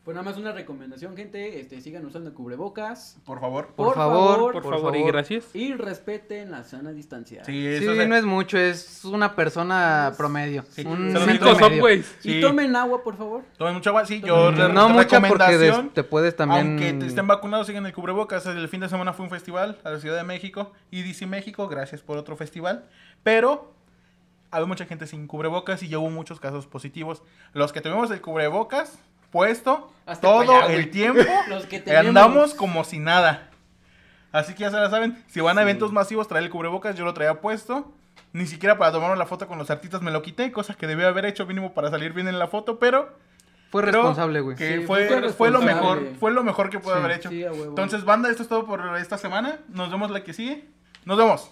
D: Pues nada más una recomendación, gente. Este, sigan usando cubrebocas.
A: Por favor.
C: por,
D: Por
C: favor,
D: favor,
B: por, favor, y gracias.
D: Y respeten la sana distancia.
A: Sí,
C: Sí,
A: eso se-
C: no es mucho, es una persona promedio,
A: Sí.
C: un
A: Se los digo,
C: metro
B: Cinco
A: son,
C: medio.
B: subways.
A: sí.
D: Y tomen agua, por favor.
A: Tomen mucha agua, sí. Yo
D: Por
C: Mm,
A: re-
C: no mucha porque des-
A: recomendación,
C: te puedes también
A: Aunque te estén vacunados, siguen el cubrebocas. El fin de semana fue un festival a la Ciudad de México. Y DC México, gracias por otro festival. Pero había mucha gente sin cubrebocas y ya hubo muchos casos positivos. Los que tuvimos el cubrebocas puesto
D: Hasta
A: todo
D: para allá,
A: el
D: güey.
A: tiempo,
D: Los que tenemos.
A: andamos como si nada. Así que ya se la saben. Si van a
D: Sí.
A: eventos masivos, traer el cubrebocas. Yo lo traía puesto. Ni siquiera para tomarnos la foto con los artistas me lo quité. Cosas que debía haber hecho mínimo para salir bien en la foto. Pero
C: Fue
A: creo
C: responsable, güey.
A: que
D: Sí,
A: fue,
D: fue
A: fue lo
D: responsable.
A: mejor. Fue lo mejor que pude
C: Sí,
A: haber hecho.
D: Sí, a huevo.
A: Entonces, banda, esto es todo por esta semana. Nos vemos la que sigue. Nos vemos.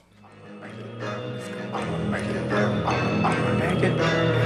E: Make it burn, make it burn, make it burn.